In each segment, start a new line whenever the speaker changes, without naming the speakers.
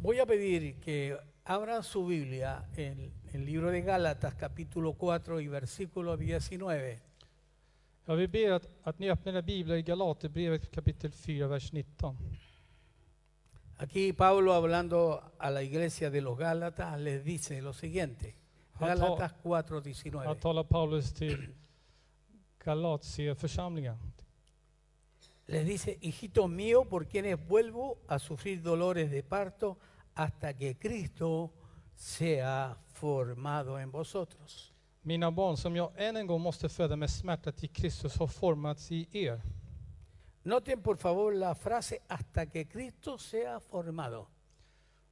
Voy a pedir que abran su Biblia, el, el libro de Gálatas, capítulo 4 y versículo 19.
Jag vill be att, att ni öppnar era biblar i Galaterbrevet kapitel 4, vers 19.
Aquí Pablo, hablando a la iglesia de los Gálatas, les dice lo siguiente.
Ajá.
Gálatas 4,
Här
19.
talar Paulus till Galatieförsamlingen.
Les dice, hijitos míos, por quienes vuelvo a sufrir dolores de parto hasta que Cristo sea formado en vosotros.
Mina barn, som jag än en gång måste föda med smärta till Kristus har formats i er.
Noten por favor la frase hasta que Cristo sea formado.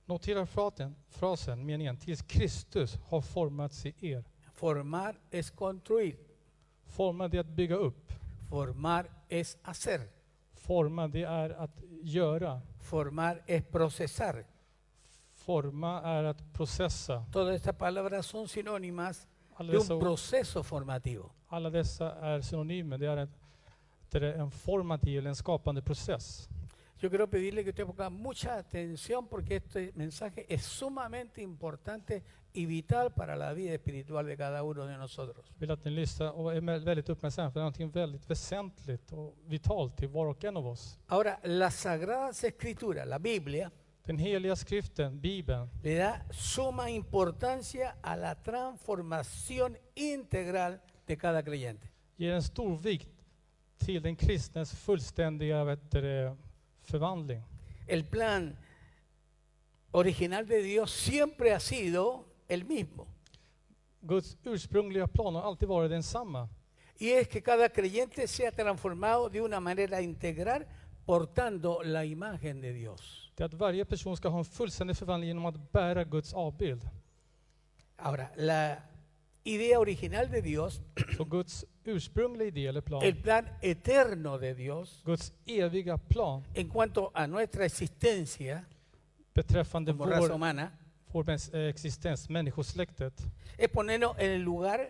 Notera fraten, frasen, meningen, tills Kristus har formats i er.
Formar es construir,
Forma det är att bygga upp.
formar es hacer,
Forma det är att göra.
formar es procesar.
Forma är att processa.
Todas estas palabras son sinónimas
Alla
de
dessa,
un
ord-
proceso formativo.
alla dessa är synonymer. Det är en, det är en formativ eller en skapande process.
Yo quiero pedirle que usted ponga mucha atención porque este mensaje es sumamente importante y vital para la vida espiritual de cada uno de nosotros.
vill att ni lyssnar och är med- väldigt uppmärksamma, för det är någonting väldigt väsentligt och vitalt i var och en av oss.
Ahora, las sagradas escrituras, la Biblia,
Den heliga skriften, Bibeln,
le da suma importancia a la transformación integral de cada creyente.
ger en stor vikt till den kristnes fullständiga vet du, det, förvandling.
El plan original de Dios siempre ha sido el mismo.
Guds ursprungliga plan har alltid varit densamma.
Y es que cada creyente sea transformado de una manera integral, portando la imagen de Dios.
Det är att varje person ska ha en fullständig förvandling genom att bära Guds avbild.
Ahora, la idea original de Dios,
Så Guds ursprungliga idé eller
el
plan,
plan eterno de Dios,
Guds eviga plan
en cuanto a nuestra existencia
beträffande
como raza
vår,
humana,
vår mäns- eh, existens, människosläktet,
es ponernos en el lugar,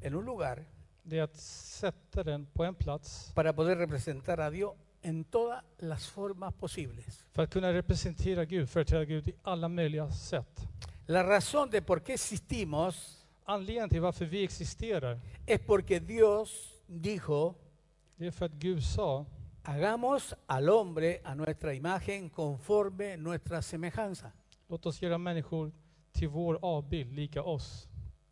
en un lugar,
det är att sätta den på en plats
para poder representar a Dios en todas las formas posibles.
För att kunna representera Gud, företräda Gud i alla möjliga sätt.
La razón de por qué existimos
Anledningen till varför vi existerar,
es porque Dios dijo,
det är för att Gud sa,
Hagamos al hombre a nuestra imagen conforme nuestra semejanza.
låt oss göra människor till vår avbild, lika oss.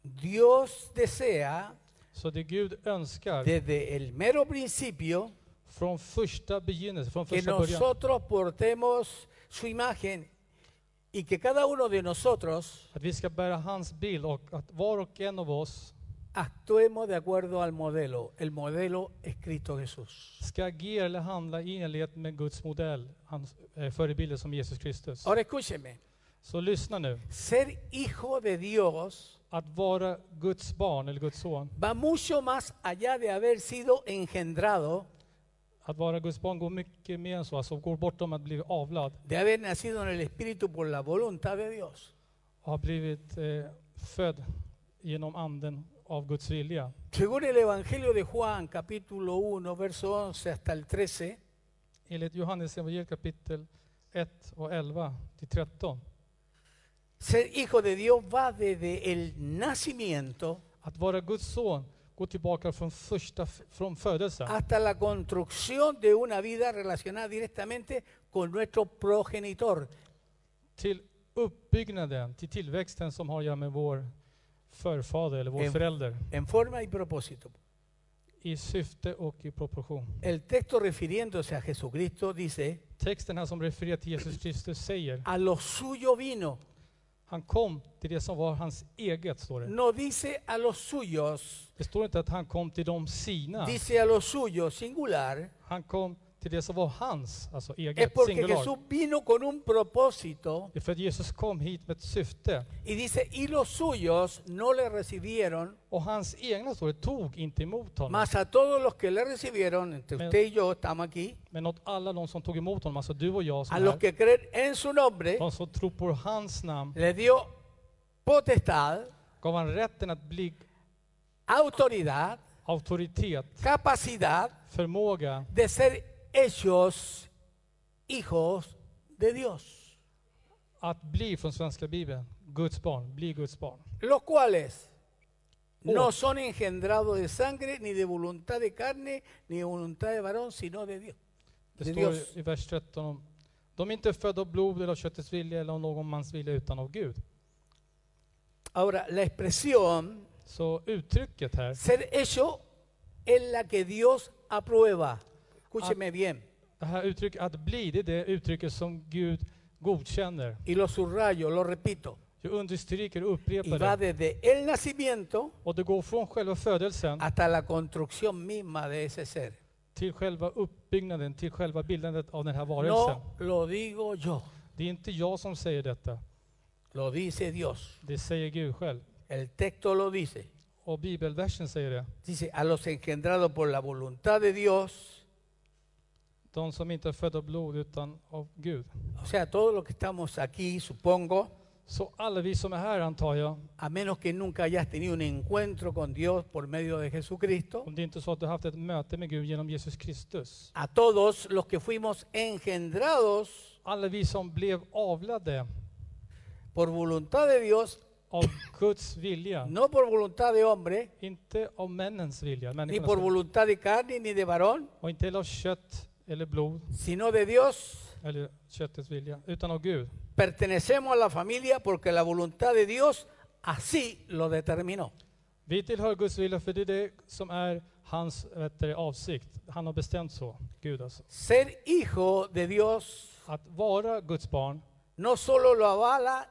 Dios desea
Så det Gud önskar
desde el mero principio
från första begynnelsen, från
que
första början,
nosotros portemos su imagen y que cada uno de nosotros
att vi ska bära hans bild och att var och en av oss
actuemos de acuerdo al modelo, el modelo escrito Jesús.
ska agera eller handla i enlighet med Guds modell, hans eh, förebilder som Jesus Kristus.
Ahora escúcheme,
Så lyssna nu,
ser hijo de Dios
att vara Guds barn eller Guds son,
va mucho más allá de haber sido engendrado,
att vara Guds barn går mycket mer än så, alltså går bortom att bli avlad.
de haber nacido en el Espíritu por la voluntad de Dios.
och har blivit eh, född genom anden av Guds vilja.
Según el Evangelio de Juan, capítulo 1, verso 11 hasta el 13,
Enligt Johannes evangeliet kapitel 1 och 11 till 13.
ser hijo de Dios va desde el nacimiento
Att vara Guds son går tillbaka från första f- från födelsen
hasta la construcción de una vida relacionada directamente con nuestro progenitor.
till uppbyggnaden, till tillväxten som har att göra med vår förfader eller vår
En-
förälder
En forma y propósito.
i syfte och i proportion.
El texto refiriéndose a Jesucristo dice,
Texten här som refererar till Jesus Kristus säger,
a lo suyo vino.
han kom till det som var hans eget, står det.
No dice a los suyos,
Det står inte att han kom till de sina.
dice a los suyos, singular.
Han kom till det som var hans, alltså
Es
eget,
porque
singular.
Jesús vino con un propósito
Det är för att Jesus kom hit med ett syfte.
Y dice, y los suyos no le recibieron,
Och hans egna, står det, tog inte emot honom.
más a todos los que le recibieron, entre
Oh, Me-
usted y yo estamos aquí,
Men åt alla de som tog emot honom, alltså du och jag som
a
är
los
här,
que creen en su nombre,
de som tror på hans namn,
le dio potestad,
gav han rätten att bli
autoridad,
auktoritet,
capacidad
förmåga
de ser ellos hijos de Dios.
Att bli från svenska bibeln, Guds barn, bli Guds barn.
los cuales no
Oh.
son engendrados de sangre, ni de voluntad de carne, ni de voluntad de varón, sino de Dios.
Det
Det är
står
Dios.
i vers 13 om de är inte födda av blod eller av köttets vilja eller av någon mans vilja utan av Gud.
Ahora, la expresión
Så uttrycket här,
ser hecho es la que Dios aprueba. Escúcheme bien.
det här uttrycket att bli, det är det uttrycket som Gud godkänner.
Y lo subrayo, lo repito.
Jag understryker och
Y
upprepar
va
det.
desde el nacimiento
Och det går från själva födelsen
hasta la construcción misma de ese ser.
till själva uppbyggnaden, till själva bildandet av den här varelsen.
No lo digo yo,
Det är inte jag som säger detta,
lo dice Dios.
det säger Gud själv.
El texto lo dice.
Och bibelversen säger det.
Dice, a los engendrados por la voluntad de Dios,
De som inte är födda av blod utan av Gud.
o sea, todos los que estamos aquí, supongo,
Så alla vi som är här antar jag,
a menos que nunca hayas tenido un encuentro con Dios por medio de Jesucristo,
om det inte är så att du har haft ett möte med Gud genom Jesus Kristus.
a todos los que fuimos engendrados
Alla vi som blev avlade
por voluntad de Dios,
av Guds vilja.
no por voluntad de hombre,
Inte av männens vilja,
ni por
människornas vilja.
voluntad de carne ni de varón,
Och inte heller av kött eller blod,
sino de Dios,
eller köttets vilja, utan av Gud.
pertenecemos a la familia porque la voluntad de Dios así lo determinó.
Vi tillhör Guds vilja för det är det som är hans vet du, avsikt. Han har bestämt så, Gud alltså.
Ser hijo de Dios
Att vara Guds barn,
no solo lo avala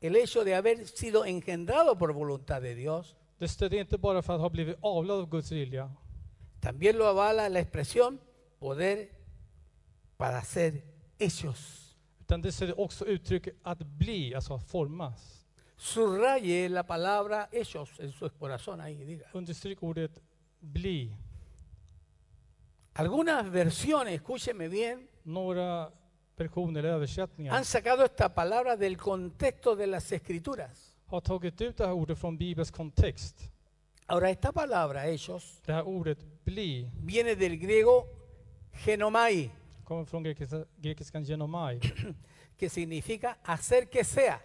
el hecho de haber sido engendrado por voluntad de Dios,
det stödjer inte bara för att ha blivit avlad av Guds vilja,
también lo avala la expresión poder para ser hechos.
utan det stödjer också uttrycket att bli, alltså att formas.
Subraye la palabra hechos en su corazón ahí, diga.
Understryk ordet bli.
Algunas versiones, escúcheme bien,
Några versioner eller översättningar
han sacado esta palabra del contexto de las escrituras.
har tagit ut det här ordet från Bibelns kontext.
Ahora, esta palabra hechos
Det här ordet bli
viene del griego genomai,
kommer från grekiska, grekiskan genomai,
que significa hacer que sea.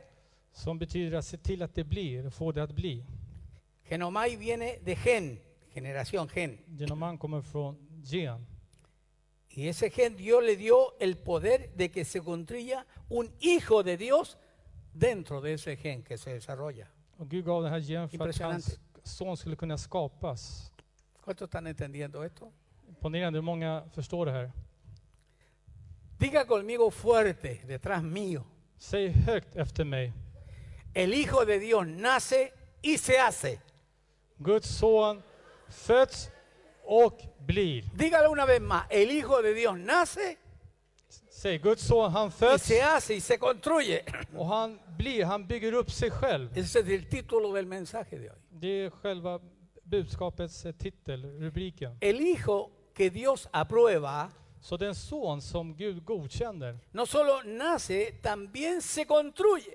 som betyder att se till att det blir, eller få det att bli.
Genomai viene de gen, generación gen.
Genoman kommer från gen.
Y ese gen Dios le dio el poder de que se construya un hijo de Dios dentro de ese gen que se desarrolla.
Och Gud gav den här gen för att
Impressionante.
hans son skulle kunna skapas.
¿Cuántos están entendiendo esto?
Imponerande hur många förstår det här.
Diga conmigo fuerte, detrás mío.
Säg högt efter mig.
El hijo de Dios nace y se hace.
Guds son föds och blir.
Dígalo una vez más, el hijo de Dios nace
Säg Guds son, han
y
föds
se hace y se construye.
och han blir. Han bygger upp sig själv.
Ese es el título del mensaje de hoy.
Det är själva budskapets eh, titel, rubriken.
El hijo que Dios aprueba
Så den son som Gud godkänner,
no solo nace, también se construye.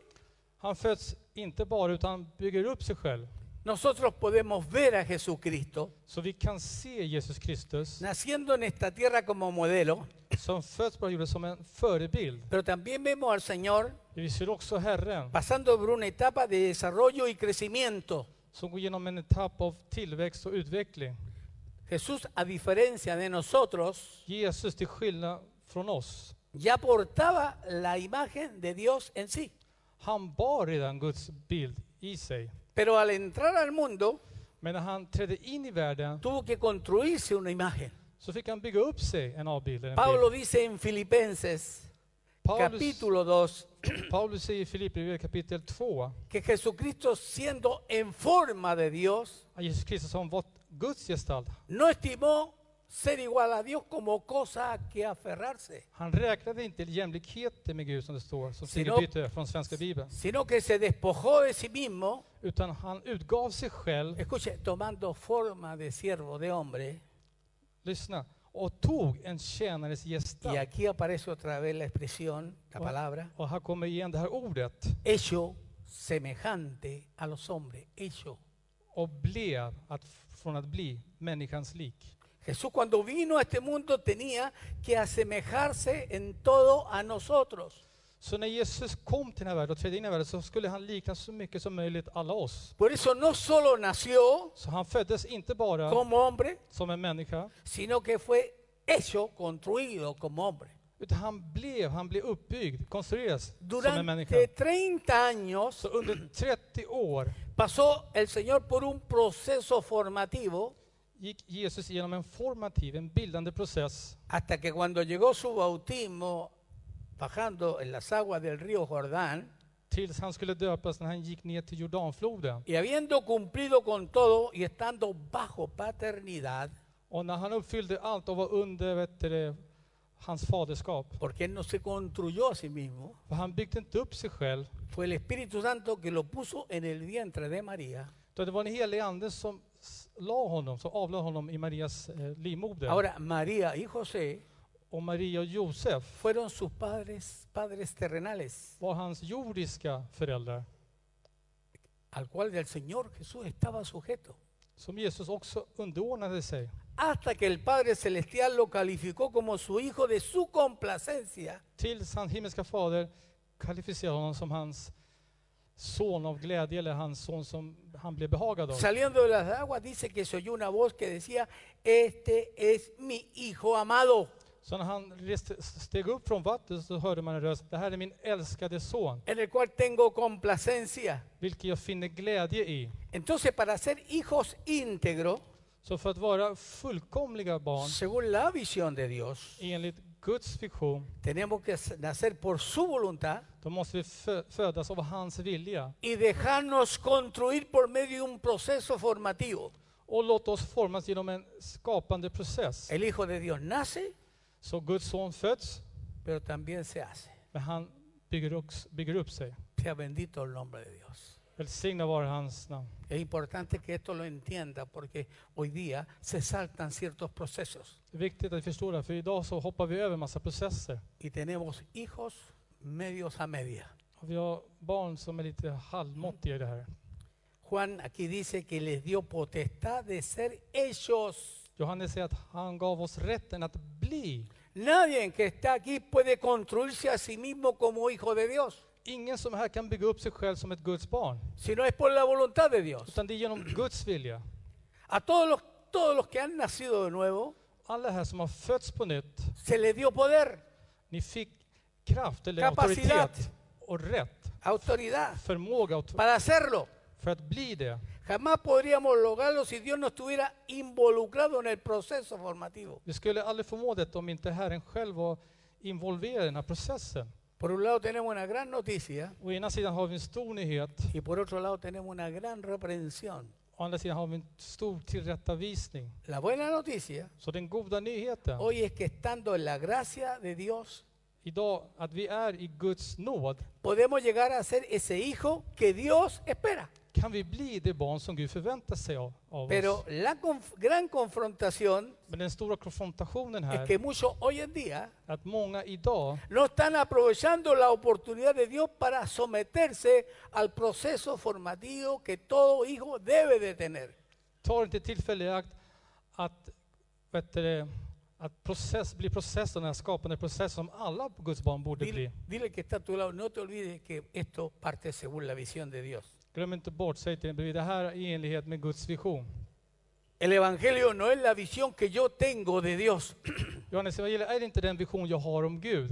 han föds inte bara utan bygger upp sig själv.
Nosotros podemos ver a Jesucristo
Så vi kan se Jesus Kristus
naciendo en esta tierra como modelo,
som föds på jorden som en förebild.
pero también vemos al Señor
Vi ser också Herren
pasando por una etapa de desarrollo y crecimiento.
som går igenom en etapp av tillväxt och utveckling.
Jesús, a diferencia de nosotros,
Jesus, till skillnad från oss,
ya portaba la imagen de Dios en sí.
han bar redan Guds bild i sig.
Pero al entrar al mundo,
Men när han trädde in i världen
tuvo que construirse una imagen.
så fick han bygga upp sig en avbild. En
Pablo
bild.
dice en Filipenses
Paulus,
capítulo 2
Paulus säger i Filipperbrevet kapitel 2
que Jesucristo siendo en forma de Dios,
att Jesus Kristus som var Guds gestalt,
no estimó ser igual a Dios como cosa a que aferrarse,
han räknade inte jämlikheten med Gud som det står, som
Sino-
segerbyte från svenska bibeln,
sino que se despojó de sí mismo,
utan han utgav sig själv
escuche, tomando forma de siervo de hombre.
lyssna, och tog en tjänares
Y
gestalt.
aquí aparece otra vez la expresión, la palabra,
Och här kommer igen det här ordet,
hecho semejante a los hombres, hecho.
och blev, att, från att bli människans lik.
Jesús cuando vino a este mundo tenía que asemejarse en todo a nosotros.
Så när Jesus kom till den här världen och trädde in i den här världen så skulle han likna så mycket som möjligt alla oss.
Por eso no solo nació
Så han föddes inte bara
como hombre,
som en människa,
sino que fue hecho, construido como hombre.
utan han blev, han blev uppbyggd, konstruerades som en människa.
Durante 30 años
Så under 30 år
pasó el Señor por un proceso formativo
gick Jesus genom en formativ, en bildande process
hasta que cuando llegó su bautismo bajando en las aguas del río Jordán
tills han skulle döpas när han gick ner till Jordanfloden.
y habiendo cumplido con todo y estando bajo paternidad,
Och när han uppfyllde allt och var under vet du, det, hans faderskap,
porque él no se construyó a sí mismo,
för han byggde inte upp sig själv,
fue el Espíritu Santo que lo puso en el vientre de María.
utan det var den helige Ande som s- la honom, som avlade honom i Marias eh, livmoder.
Ahora, María y José
och Maria och Josef
fueron sus padres, padres terrenales,
var hans jordiska föräldrar,
al cual del Señor Jesús estaba sujeto.
som Jesus också underordnade sig.
Hasta que el Padre Celestial lo calificó como su hijo de su complacencia.
Tills hans himmelska fader kvalificerade honom som hans son av glädje, eller hans son som han blev behagad av.
Saliendo de las aguas dice que se oyó una voz que decía, este es mi hijo amado.
Så när han reste, steg upp från vattnet så hörde man en röst, det här är min älskade son,
en el cual tengo complacencia.
vilken jag finner glädje i.
Entonces, para ser hijos íntegros,
Så för att vara fullkomliga barn,
según la visión de Dios,
enligt Guds vision,
tenemos que s- nacer por su voluntad
då måste vi fö- födas av hans vilja.
y dejarnos construir por medio de un proceso formativo.
Och låt oss formas genom en skapande process.
El Hijo de Dios nace,
Så Guds son föds,
pero también se hace.
men han bygger upp, bygger upp sig.
Sea bendito el nombre de Dios.
Välsignad vare hans namn.
Es importante que esto lo entienda porque hoy día se saltan ciertos procesos
Det är viktigt att vi förstår det, här, för idag så hoppar vi över massa processer.
y tenemos hijos medios a media.
Och vi har barn som är lite halvmåttiga i det här.
Juan aquí dice que les dio potestad de ser ellos.
Johannes säger att han gav oss rätten att bli.
Nadie que está aquí puede construirse a sí mismo como hijo de Dios,
Ingen som här kan bygga upp sig själv som ett Guds barn,
si no es por la voluntad de Dios.
utan det är genom Guds vilja.
A todos los, todos los que han nacido de nuevo,
Alla här som har fötts på nytt,
se les dio poder,
ni fick kraft eller
Kapacitet.
auktoritet och rätt,
autoridad
förmåga och-
para hacerlo.
för att bli det.
Jamás podríamos lograrlo si Dios no estuviera involucrado en el proceso formativo.
Vi skulle aldrig förmå det om inte Herren själv var involverad i den här processen.
Por un lado tenemos una gran noticia
Å ena sidan har vi en stor nyhet,
y por otro lado tenemos una gran reprensión.
å andra sidan har vi en stor tillrättavisning.
La buena noticia
Så den goda nyheten
hoy es que estando en la gracia de Dios,
idag, att vi är i Guds nåd,
podemos llegar a ser ese hijo que Dios espera.
kan vi bli det barn som Gud förväntar sig av, av
Pero
oss.
la conf- gran confrontación
Men den stora konfrontationen
es
här,
que muchos hoy en día
är att många idag
no están aprovechando la oportunidad de Dios para someterse al proceso formativo que todo hijo debe de tener.
tar inte tillfälle i akt att, vet du, det, att process, bli processad, den här skapande processen som alla Guds barn borde bli.
Dile, dile que está a tu lado, no te olvides que esto parte según la visión de Dios.
Glöm inte bort, säg till din bredvid, det här är i enlighet med Guds vision.
El Evangelio no es la visión que yo tengo de Dios,
Johannes evangeliet är inte den vision jag har om Gud,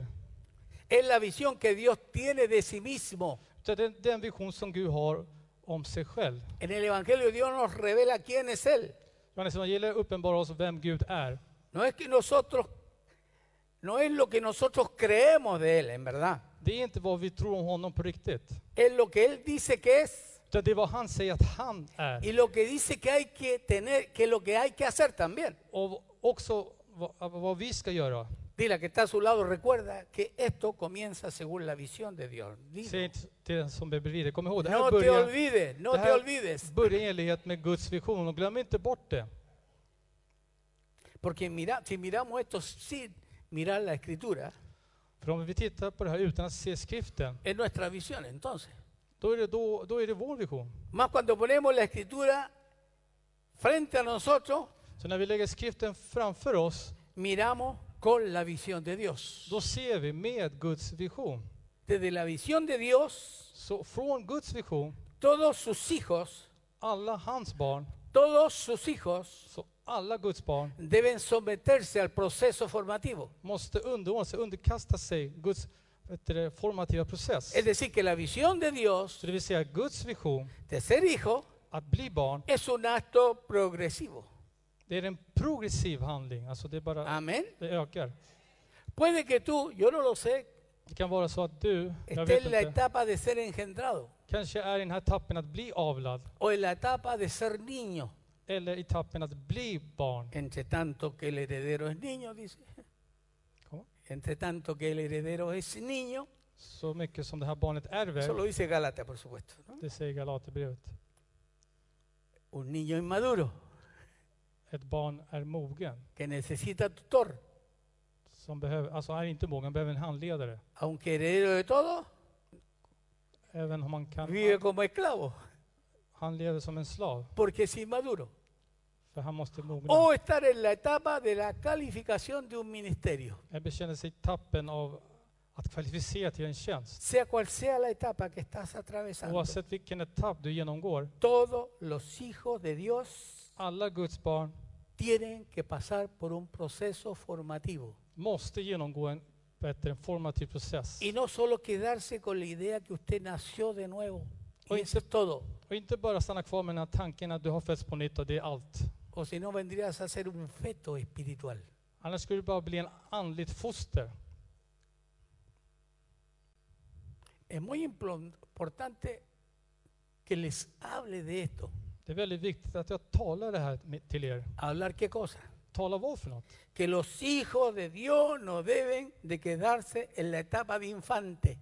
es la visión que Dios tiene de sí mismo.
utan det är den vision som Gud har om sig själv.
En el Evangelio Dios nos revela quién es Él.
Johannes evangeliet uppenbarar oss vem Gud är.
No es que nosotros, no es lo que nosotros creemos de Él, en verdad.
Det är inte vad vi tror om honom på riktigt,
Es lo que Él dice que es
utan det är vad han säger att han är.
y lo que dice que hay que tener, que lo que hay que hacer también.
Och också vad, vad vi ska göra.
Dile que está a su lado, recuerda que esto comienza según la visión de Dios. Dilo.
Säg till den som är bredvid dig, kom ihåg, det här
No te
börjar
olvides, no
det
te
här
olvides.
börjar i enlighet med Guds vision och glöm inte bort det.
Porque mira, si miramos esto sin mirar la escritura,
För om vi tittar på det här utan att se skriften,
es nuestra visión entonces.
då är det, då, då är det vår vision.
Más cuando ponemos la escritura frente a nosotros,
Så när vi lägger skriften framför oss,
miramos con la visión de Dios.
då ser vi med Guds vision.
Desde la visión de Dios,
Så från Guds vision,
todos sus hijos,
alla hans barn,
todos sus hijos
så alla Guds barn
deben someterse al proceso formativo.
måste underordna sig, underkasta sig Guds vet du, det, formativa process.
Es decir, que la visión de Dios
Så det vill säga Guds vision
de ser hijo
att bli barn,
es un acto progresivo.
det är en progressiv handling. Alltså det, bara,
Amén.
det ökar.
Puede que tú, yo no lo sé,
Det kan vara så att du, jag
estés
vet
en la
inte,
etapa de ser engendrado
kanske är i den här tappen att bli avlad
o en la etapa de ser niño.
eller i tappen att bli barn.
Entre tanto que el heredero es niño, dice.
Kom.
Entre tanto que el heredero es niño.
Så mycket som det här barnet
Eso lo
ärver,
dice Galata, por supuesto. ¿no?
det säger Galaterbrevet.
Un niño inmaduro
Ett barn är mogen,
que necesita tutor,
som behöver, alltså är inte mogen, behöver en handledare.
aunque heredero de todo,
Även om man kan,
vive como esclavo,
han lever som en slav,
porque es inmaduro.
för han måste mogna.
O estar en la etapa de la calificación de un ministerio,
Jag bekänner sig i tappen av att kvalificera till en tjänst.
sea cual sea la etapa que estás atravesando.
Oavsett vilken etapp du genomgår,
Todos los hijos de Dios
alla Guds barn
tienen que pasar por un proceso formativo.
måste genomgå en bättre en formativ process.
Y no solo quedarse con la idea que usted nació de nuevo. Y
Oye.
eso es todo.
Och inte bara stanna kvar med den här tanken att du har fötts på nytt och det är allt.
O si no, vendrías a ser un feto espiritual.
Annars skulle du bara bli en andligt foster.
Es muy implon- importante que les hable de esto.
Det är väldigt viktigt att jag talar det här med- till er.
¿Hablar qué cosa?
Tala vad för något?
Que los hijos de Dios no deben de quedarse en la etapa de infante,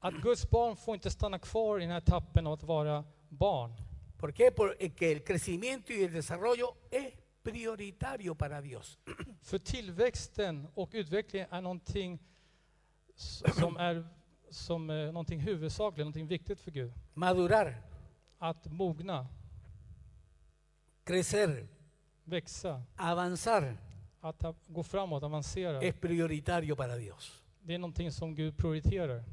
Att Guds barn får inte stanna kvar i den här etappen av att vara barn.
¿Por qué? Porque el crecimiento y el desarrollo es prioritario para Dios.
För tillväxten och utvecklingen är någonting s- som är som eh, någonting huvudsakligt, någonting viktigt för Gud.
Madurar,
Att mogna,
crecer,
växa,
avanzar
att ha- gå framåt, avancera.
es prioritario para Dios.
Det är någonting som Gud prioriterar.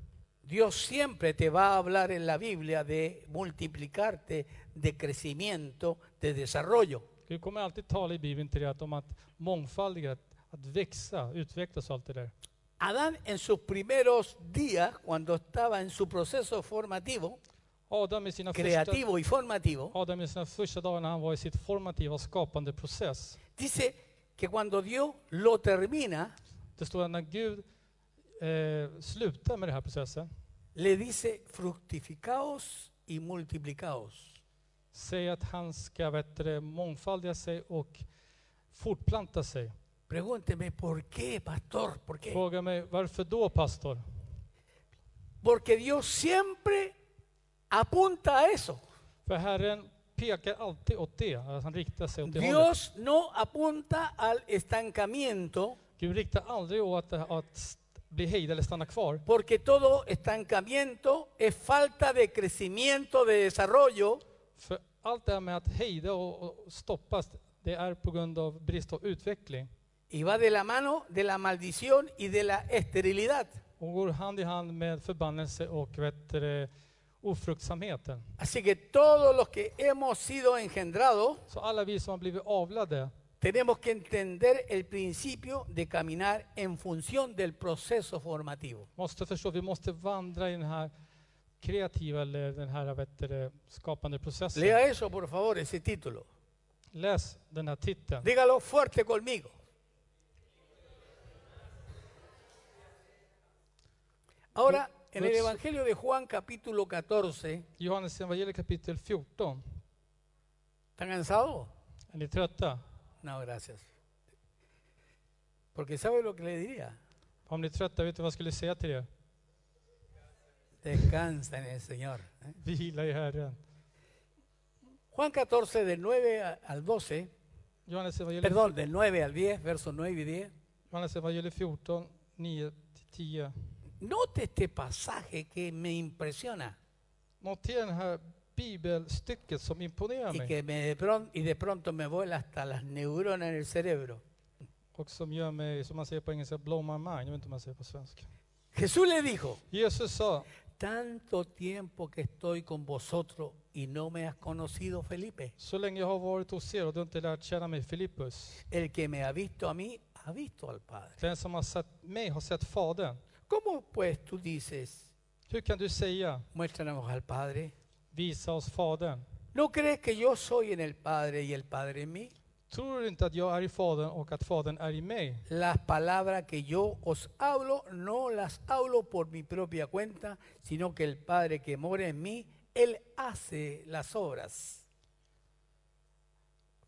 Dios siempre te va a hablar en la Biblia de multiplicarte, de crecimiento, de desarrollo.
Gud kommer alltid tala i Bibeln till dig att om att mångfaldiga, att, att växa, utvecklas och allt det där.
Adán en sus primeros días, cuando estaba en su proceso formativo,
Adam i sina, första,
creativo y formativo,
Adam i sina första dagar när han var i sitt formativa skapande process.
dice que cuando Dios lo termina,
Det står att när Gud eh, slutar med den här processen
le dice fructificaos y multiplicaos.
säger att han ska vet du, det, mångfaldiga sig och fortplanta sig.
Pregúnteme, ¿por qué, pastor? ¿Por qué?
Fråga mig varför då pastor?
Porque Dios siempre apunta a eso.
För Herren pekar alltid åt det, att han riktar sig åt det hållet.
Dios no apunta al estancamiento,
Gud riktar aldrig åt det- att st- bli hejd eller stanna kvar.
porque todo estancamiento es falta de crecimiento, de desarrollo,
För allt det här med att hejda och, och stoppas, det är på grund av brist på utveckling.
y va de la mano de la maldición y de la esterilidad.
Och går hand i hand med förbannelse och vet du det, ofruktsamheten.
Así que todos los que hemos sido engendrados
Så alla vi som har blivit avlade
tenemos que entender el principio de caminar en función del proceso formativo.
måste förstå, vi måste vandra i den här kreativa eller den här vet du, det, skapande processen.
Lea eso, por favor, ese título.
Läs den här titeln.
Dígalo fuerte conmigo. Ahora, en el Evangelio de Juan capítulo 14,
Johannes evangeliet kapitel 14.
¿están cansados?
Är ni trötta?
No, gracias. Porque sabe lo que le diría.
Om ni är trötta, vet du vad jag skulle säga till er?
Descansa en el Señor. ¿eh?
Vila i Herren.
Juan 14 del 9 a- al 12,
Johannes evangeliet,
perdón, del 9 al 10, versos 9 y 10.
Johannes evangeliet 14, 9-10.
Note este pasaje que me impresiona
Notera det här bibelstycket som imponerar
y
mig
que me de pron- y de pronto me vuela hasta las neuronas en el cerebro.
och som gör mig, som man säger på engelska, blow my mind. Jag vet inte om man säger på svenska.
Jesús le dijo,
Jesus sa,
tanto tiempo que estoy con vosotros y no me has conocido, Felipe.
så länge jag har varit hos er och du inte lärt känna mig, Filippus,
El que me ha visto a mí, ha visto al Padre.
den som har sett mig har sett Fadern.
¿Cómo pues tú dices,
Hur kan du säga,
muéstranos al Padre?
visa oss Fadern?
¿No crees que yo soy en el Padre y el Padre en mí?
Tror du inte att jag är i Fadern och att Fadern är i mig?
Las palabras que yo os hablo no las hablo por mi propia cuenta, sino que el Padre que mora en mí, Él hace las obras.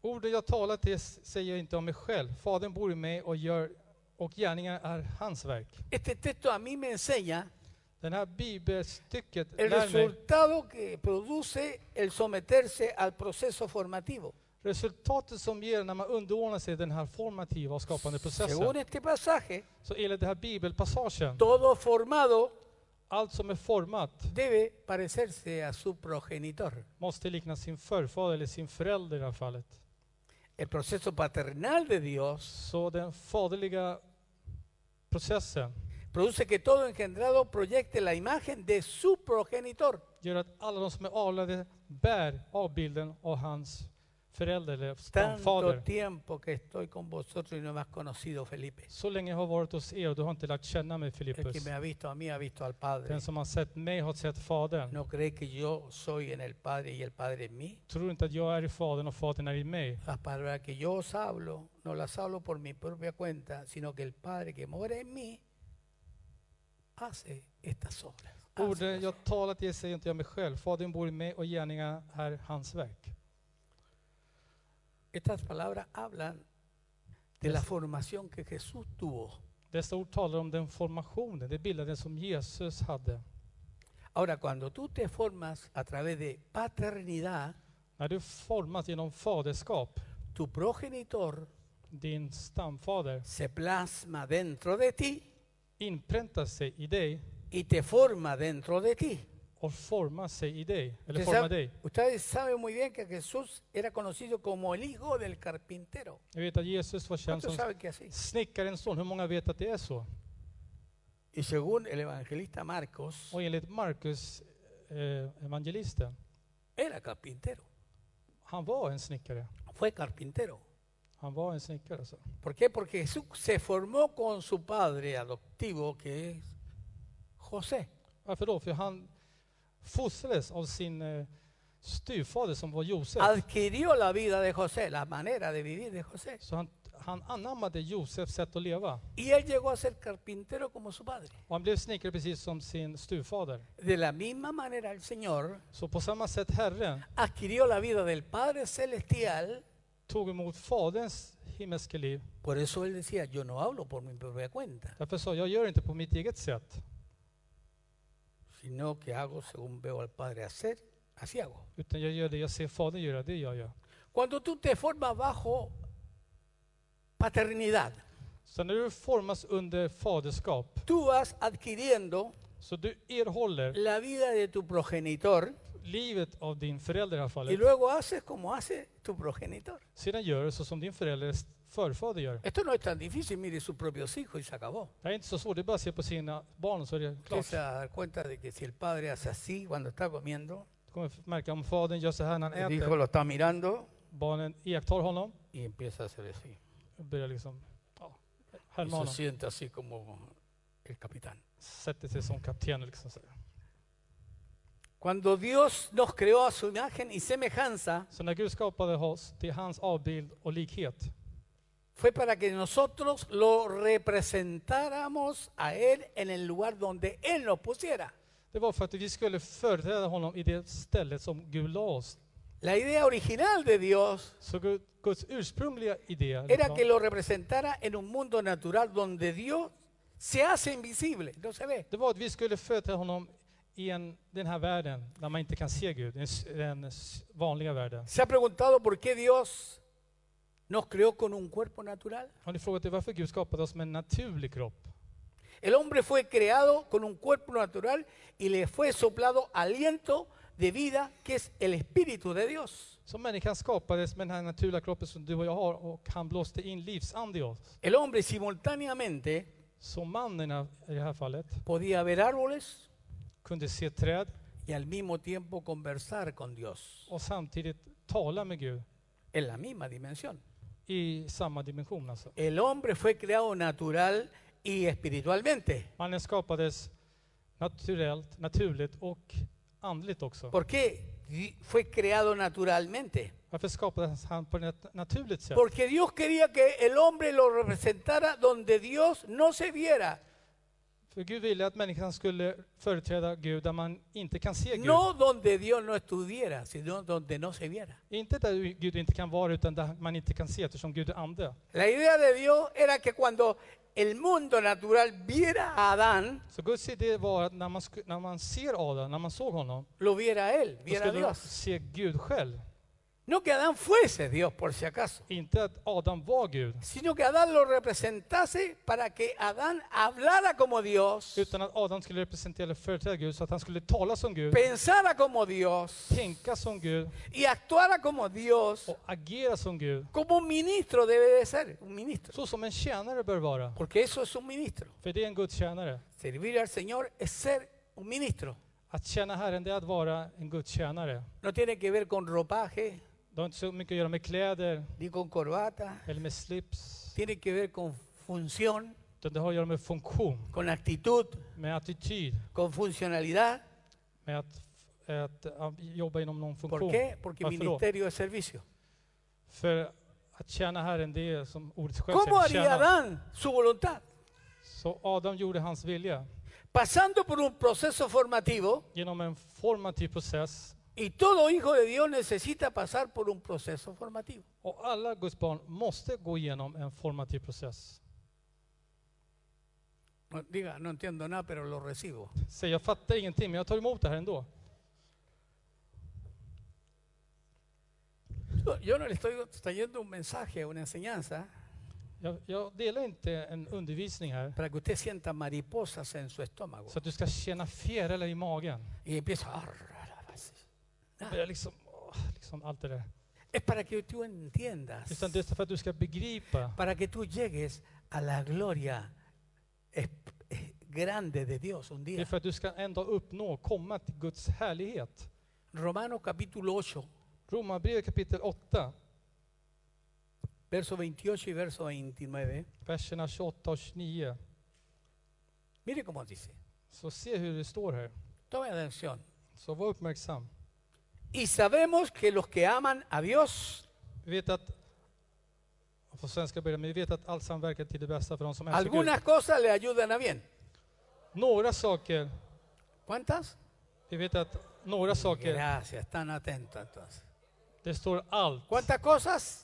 Orden jag talar till s- säger jag inte om mig själv. Fadern bor i mig och, gör, och gärningar är hans verk.
Este texto a mí me enseña
Den här bibelstycket
el
lär mig
resultado que produce el someterse al proceso formativo.
resultatet som ger när man underordnar sig den här formativa och skapande
Según
processen.
este pasaje,
Så enligt den här bibelpassagen,
todo formado
allt som är format
debe parecerse a su progenitor.
måste likna sin förfader eller sin förälder i det här fallet.
El proceso paternal de Dios
Så den faderliga processen
produce que todo engendrado proyecte la imagen de su progenitor.
gör att alla de som är avlade bär avbilden av hans förälder eller
Tanto
stamfader.
tiempo que estoy con vosotros y no me has conocido, Felipe.
Så länge jag har varit hos er och du har inte lärt känna mig,
El que
Filippus.
me ha visto a mí ha visto al Padre.
Den som har sett mig har sett Fadern.
¿No cree que yo soy en el Padre y el Padre en mí?
Tror du inte att jag är i Fadern och Fadern är i mig?
Las palabras que yo os hablo, no las hablo por mi propia cuenta, sino que el Padre que mora en mí hace estas obras. hace
Orden
las
jag talat till er säger inte jag mig själv. Fadern bor i mig och gärningarna är hans verk.
Estas palabras hablan de
Yes.
la formación que Jesús tuvo.
Dessa ord talar om den formationen, den bilden som Jesus hade.
Ahora, cuando tú te formas a través de paternidad,
När du formas genom faderskap,
tu progenitor
din stamfader
se plasma dentro de ti
inpräntar sig i dig
y te forma dentro de ti.
och formar sig i dig, eller
Usted
formar
sabe-
dig.
ustedes saben muy bien que Jesús era conocido como el hijo del carpintero.
Jag vet att Jesus var känd
¿Cuántos
som
saben que así?
snickarens son. Hur många vet att det är så?
Y según el evangelista Marcos,
Och enligt Markus, eh, evangelisten,
era carpintero.
han var en snickare.
Fue carpintero.
Han var en snickare alltså.
¿Por qué? Porque Jesús se formó con su padre adoptivo, que es José.
Varför då? För han fostrades av sin eh, styvfader som var Josef.
Alltså- Adquirió la vida de José, la manera de vivir de José.
Så han, han anammade Josefs sätt att leva.
Y él llegó a ser carpintero como su padre.
Och han blev snickare precis som sin styvfader.
De la misma manera el Señor
Så på samma sätt Herren
adquirió la vida del Padre Celestial.
tog emot Faderns himmelska liv.
Por eso él decía, yo no hablo por mi propia cuenta,
Därför sa jag, gör inte på mitt eget sätt,
sino que hago según veo al Padre hacer, así hago.
utan jag gör det jag ser Fadern göra, det gör jag.
Cuando tú te formas bajo paternidad,
Så när du formas under faderskap,
tú vas adquiriendo
så du erhåller
la vida de tu progenitor
livet av din förälder i det här
y
fallet.
luego haces como hace tu progenitor.
Sedan gör du så som din förälders förfader gör.
Esto no es tan difícil, mire sus propios hijos y se acabó.
Det här är inte så svårt, det är bara att se på sina barn så är det
Usted
klart.
se va a dar cuenta de que si el padre hace así cuando está comiendo,
Du kommer att märka om fadern gör så här när
el
han
hijo
äter,
lo está mirando
barnen iakttar honom
y empieza a hacer así.
och börjar liksom ja,
Y
härma
se
honom.
siente así como el capitán.
Sätter sig som kapten. Liksom, så. här.
Cuando Dios nos creó a su imagen y semejanza,
så när Gud skapade oss till hans avbild och likhet
fue para que nosotros lo representáramos a Él en el lugar donde Él nos pusiera.
Det var för att vi skulle företräda honom i det stället som Gud la oss.
La idea original de Dios
Så Gud, Guds ursprungliga idé liksom, eller
era
plan,
que lo representara en un mundo natural donde Dios se hace invisible, no se ve.
det var att vi skulle företräda honom i en, den här världen där man inte kan se Gud, den, s- den s- vanliga världen.
¿Se ha preguntado por qué Dios nos creó con un cuerpo natural?
Har ni frågat er varför Gud skapade oss med en naturlig kropp?
El hombre fue creado con un cuerpo natural y le fue soplado aliento de vida, que es el Espíritu de Dios.
Som människan skapades med den här naturliga kroppen som du och jag har och han blåste in livsande i oss.
El hombre simultáneamente
Så mannen i det här- i det här fallet
podía ver árboles
kunde se träd
y al mismo tiempo conversar con Dios
och samtidigt tala med Gud
en la misma dimensión.
i samma dimension. Alltså.
El hombre fue creado natural y espiritualmente.
Mannen skapades naturellt, naturligt och andligt också.
¿Por qué di- fue creado naturalmente?
Varför skapades han på ett naturligt sätt?
Porque Dios quería que el hombre lo representara donde Dios no se viera,
För Gud ville att människan skulle företräda Gud där man inte kan se Gud.
no donde Dios no estuviera, sino donde no se viera.
Inte där Gud inte kan vara, utan där man inte kan se eftersom Gud är ande.
La idea de Dios era que cuando el mundo natural viera a Adán,
Så Guds idé var att när man, sku, när man ser Adam, när man såg honom,
lo viera a él,
då
viera a
skulle man
Dios.
se Gud själv.
No que Adán fuese Dios por si acaso,
Inte att Adam var Gud,
sino que Adán lo representase para que Adán hablara como Dios,
utan att Adam skulle representera eller företräda Gud, så att han skulle tala som Gud,
pensara como Dios
tänka som Gud
y actuara como Dios,
och agera som Gud.
como un ministro debe de ser, un ministro.
Så som en tjänare bör vara,
Porque eso es un ministro.
för det är en Guds tjänare.
Servir al Señor es ser un ministro.
Att tjäna Herren, det är att vara en Guds tjänare.
No tiene que ver con ropaje
Det har inte så mycket att göra med kläder
ni con corbata.
eller med slips,
Tiene que ver con función,
utan det har att göra med funktion,
con actitud,
med attityd,
con funcionalidad.
med att, att, ja, jobba inom någon
¿Por
funktion.
qué? Porque
Varför då?
ministerio es servicio.
För att tjäna Herren, det är som ordet själv
¿Cómo
säger,
haría
tjäna.
Adán su voluntad?
Så Adam gjorde hans vilja
Pasando por un proceso formativo,
genom en formativ process.
y todo hijo de Dios necesita pasar por un proceso formativo.
Och alla Guds barn måste gå igenom en formativ process.
No, diga, no entiendo nada, pero lo recibo.
Säg, jag fattar ingenting, men jag tar emot det här ändå.
Yo- Yo no le estoy trayendo un mensaje, una enseñanza,
Jag, jag delar inte en undervisning här,
para que usted sienta mariposas en su estómago.
så att du ska känna fjärilar i magen.
Y empieza "Ah, a... arrar, así.
Börja liksom, åh, liksom allt det där.
Es para que tú entiendas,
Utan det är för att du ska begripa,
para que tú llegues a la gloria es- es grande de Dios un
det är
día.
för att du ska en dag uppnå, komma till Guds härlighet.
Romanos capítulo 8,
Romarbrevet kapitel 8,
verso 28 y verso 29.
verserna 28 och 29.
Mire cómo dice.
Så se hur det står här.
Tome atención.
Så var uppmärksam.
Y sabemos que los que aman a Dios,
Vi vet att, på svenska börjar men vi vet att allt samverkar till det bästa för de som älskar Gud.
algunas cosas le ayudan a bien.
Några saker,
¿Cuántas?
vi vet att några saker,
Gracias, están atentos entonces.
det står allt.
¿Cuántas cosas?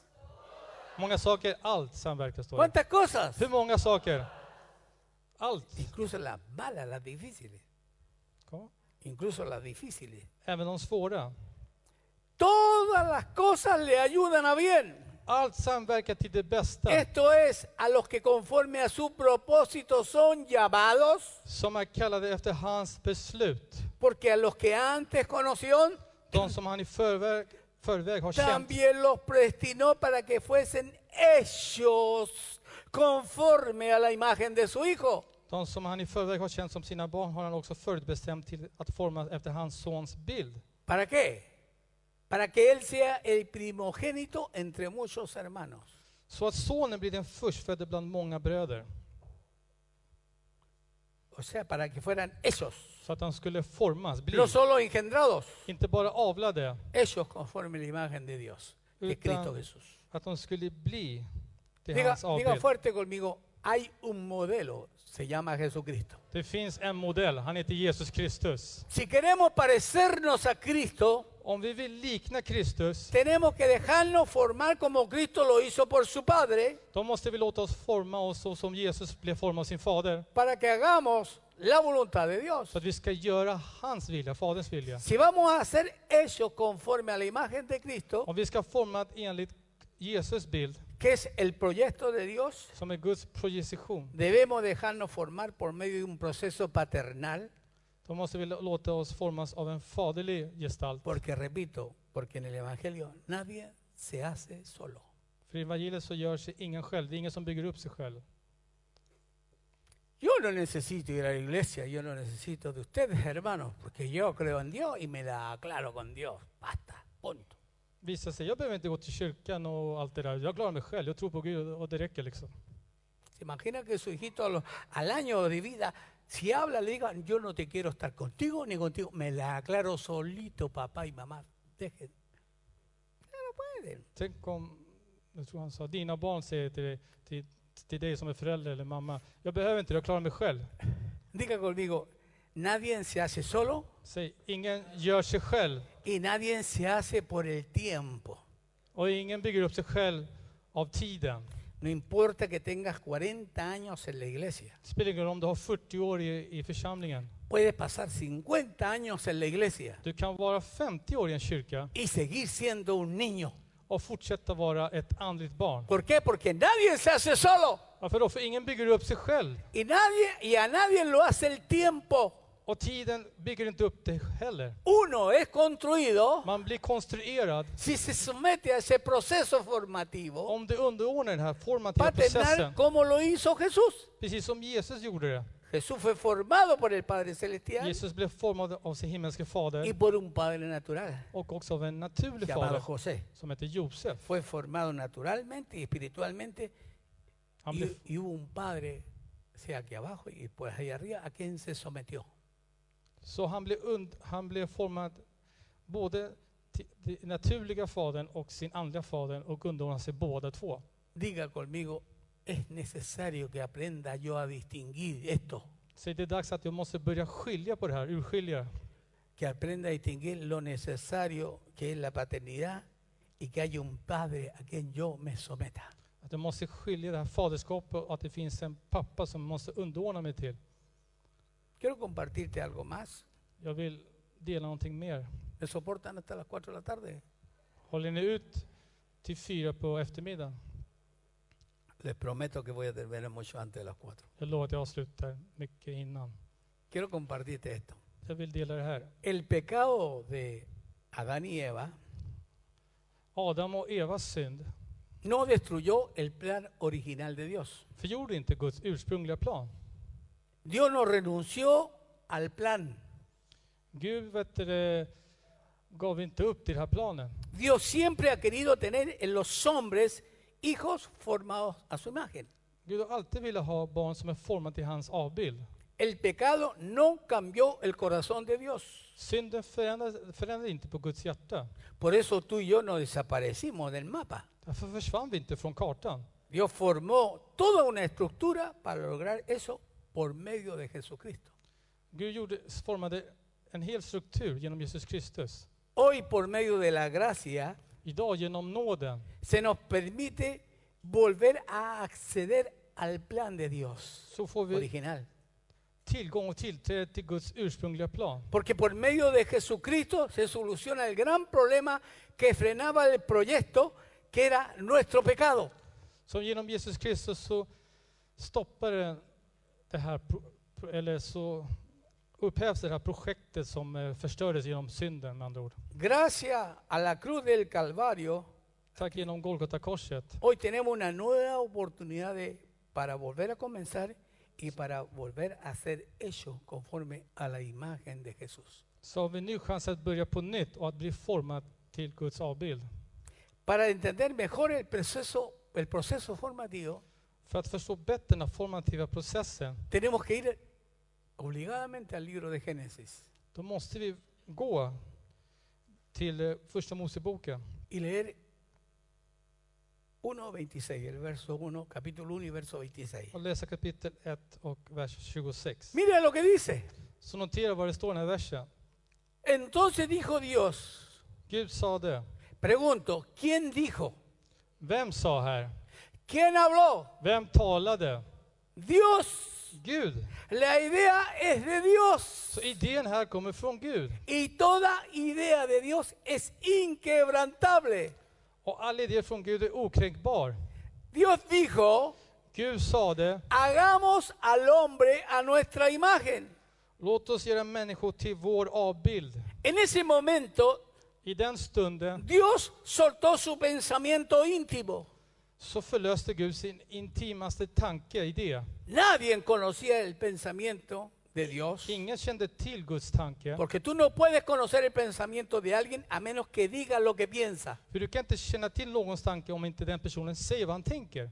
Många saker, allt samverkar står det.
¿Cuántas cosas?
Hur många saker? Allt.
Incluso las malas, las difíciles.
Ja.
Incluso las difíciles.
Även de svåra.
Todas las cosas le ayudan a bien.
Allt samverkar till det bästa
Esto es, a los que conforme a su propósito son llamados,
som är kallade efter hans beslut.
porque a los que antes conoció,
De som han i förväg, förväg har känt.
también los predestinó para que fuesen ellos conforme a la imagen de su Hijo.
De som han i förväg har känt som sina barn har han också förutbestämt till att forma efter hans sons bild.
¿Para qué? Para que Él sea el primogénito entre muchos hermanos.
Så att sonen blir den förstfödde bland många bröder.
O sea, para que fueran ellos,
Så att han skulle formas, bli,
no solo engendrados,
inte bara avlade,
ellos conforme a la imagen de Dios, de
Utan-
Cristo Jesús.
att de skulle bli till
Diga,
hans
diga
avbild.
fuerte conmigo, hay un modelo, se llama Jesucristo.
Det finns en modell, han heter Jesus Kristus.
Si queremos parecernos a Cristo,
Om vi vill likna Kristus,
tenemos que dejarnos formar como Cristo lo hizo por su Padre,
då måste vi låta oss forma oss så som Jesus blev formad av sin fader.
para que hagamos la voluntad de Dios.
Så att vi ska göra hans vilja, faderns vilja.
Si vamos a ser ellos conforme a la imagen de Cristo,
Om vi ska forma enligt Jesus bild,
que es el proyecto de Dios,
som är Guds projiction,
debemos dejarnos formar por medio de un proceso paternal,
då måste vi låta oss formas av en faderlig gestalt.
porque repito, porque en el Evangelio nadie se hace solo.
För i evangeliet så gör sig ingen själv, det är ingen som bygger upp sig själv.
Yo no necesito ir a la iglesia, yo no necesito de ustedes, hermanos, porque yo creo en Dios y me la aclaro con Dios. Basta, punto.
Visar sig, jag behöver inte gå till kyrkan och allt det där. Jag klarar mig själv, jag tror på Gud och det räcker liksom.
¿Se imagina que su hijito a los- al año de vida, si habla, le digan, yo no te quiero estar contigo ni contigo? Me la aclaro solito, papá y mamá. Dejen. Ya no pueden.
Tänk om, jag tror han sa, dina barn säger till dig, till, till dig som är förälder eller mamma, jag behöver inte det, jag klarar mig själv.
Diga conmigo, nadie se hace solo
Säg, ingen gör sig själv
y nadie se hace por el tiempo.
och ingen bygger upp sig själv av tiden.
No importa que tengas 40 años en la iglesia.
Det spelar ingen roll om du har 40 år i, i församlingen.
Puedes pasar 50 años en la iglesia
Du kan vara 50 år i en kyrka
y seguir siendo un niño.
och fortsätta vara ett andligt barn.
¿Por qué? Porque nadie se hace solo
Varför då? För ingen bygger upp sig själv.
y, nadie, y a nadie lo hace el tiempo.
Och tiden bygger inte upp dig heller.
Uno es construido
Man blir konstruerad
si se somete a ese proceso formativo
om du underordnar den här formativa
para tener
processen.
como lo hizo Jesús.
Precis som Jesus gjorde det.
Jesús fue formado por el Padre Celestial
Jesus blev formad av sin himmelske
y
fader
por un Padre natural
och också av en naturlig
llamado
fader
José.
som heter Josef.
Fue formado naturalmente y espiritualmente
Han blev,
y, y hubo un Padre, sea aquí abajo y pues ahí arriba, a quien se sometió.
så han blev, und, han blev formad både till den naturliga fadern och sin andliga fadern och underordnade sig båda två.
Diga conmigo, es necesario que aprenda yo a distinguir esto,
Så det är dags att jag måste börja skilja på det här, urskilja.
que aprenda a distinguir lo necesario que es la paternidad y que haya un Padre a quien yo me someta.
Att jag måste skilja det här faderskapet och att det finns en pappa som jag måste underordna mig till.
Quiero compartirte algo más.
Jag vill dela någonting mer.
¿Me soportan hasta las 4 de la tarde?
Håller ni ut till fyra på eftermiddagen?
Les prometo que voy a terminar mucho antes de las 4.
Jag lovar att jag avslutar mycket innan.
Quiero compartirte esto.
Jag vill dela det här.
El pecado de Adán y Eva
Adam och Evas synd
no destruyó el plan original de Dios.
förgjorde inte Guds ursprungliga plan.
Dios no renunció al plan.
Gud vet du, det, gav inte upp till den här planen.
Dios siempre ha querido tener en los hombres hijos formados a su imagen.
Gud har alltid velat ha barn som är formade till hans avbild.
El pecado no cambió el corazón de Dios.
Synden förändrade, förändrade inte på Guds hjärta.
Por eso tú y yo no desaparecimos del mapa.
Därför försvann vi inte från kartan.
Dios formó toda una estructura para lograr eso por medio de Jesucristo.
Gud gjorde, formade en hel struktur genom Jesus Kristus.
Hoy por medio de la gracia
Idag genom nåden
se nos permite volver a acceder al plan de Dios
så får vi
original.
tillgång och tillträde till Guds ursprungliga plan.
Porque por medio de Jesucristo se soluciona el gran problema que frenaba el proyecto, que era nuestro pecado.
Så genom Jesus Kristus så stoppar det- det här, pro- pro- eller så upphävs det här projektet som eh, förstördes genom synden med andra ord.
Gracias a la cruz del Calvario,
Tack genom Golgata-korset.
hoy tenemos una nueva oportunidad de- para volver a comenzar y para volver a ser hechos conforme a la imagen de Jesús.
Så har vi nu chans att börja på nytt och att bli formad till Guds avbild.
Para entender mejor el proceso, el proceso formativo,
För att förstå bättre den här formativa processen
tenemos que ir obligadamente al libro de Génesis
Då måste vi gå till eh, Första Moseboken
y leer 1.26, el verso 1, capítulo 1 y verso 26.
och läsa kapitel 1 och vers 26.
Mira lo que dice.
Så notera vad det står i den här versen.
Entonces dijo Dios,
Gud sade,
pregunto, ¿quién dijo?
vem sa här?
¿Quién habló?
Vem talade?
Dios.
Gud.
La idea es de Dios.
Så idén här kommer från Gud.
Y toda idea de Dios es inquebrantable.
Och all idé från Gud är okränkbar.
Dios dijo,
Gud sade,
hagamos al hombre a nuestra imagen.
låt oss göra människor till vår avbild.
En ese momento,
I den stunden
Dios soltó su pensamiento íntimo.
så förlöste Gud sin intimaste tanke, idé.
Nadie conocía el pensamiento de Dios.
Ingen kände till Guds tanke.
Porque tú no puedes conocer el pensamiento de alguien a menos que diga lo que piensa.
För du kan inte känna till någons tanke om inte den personen säger vad han tänker.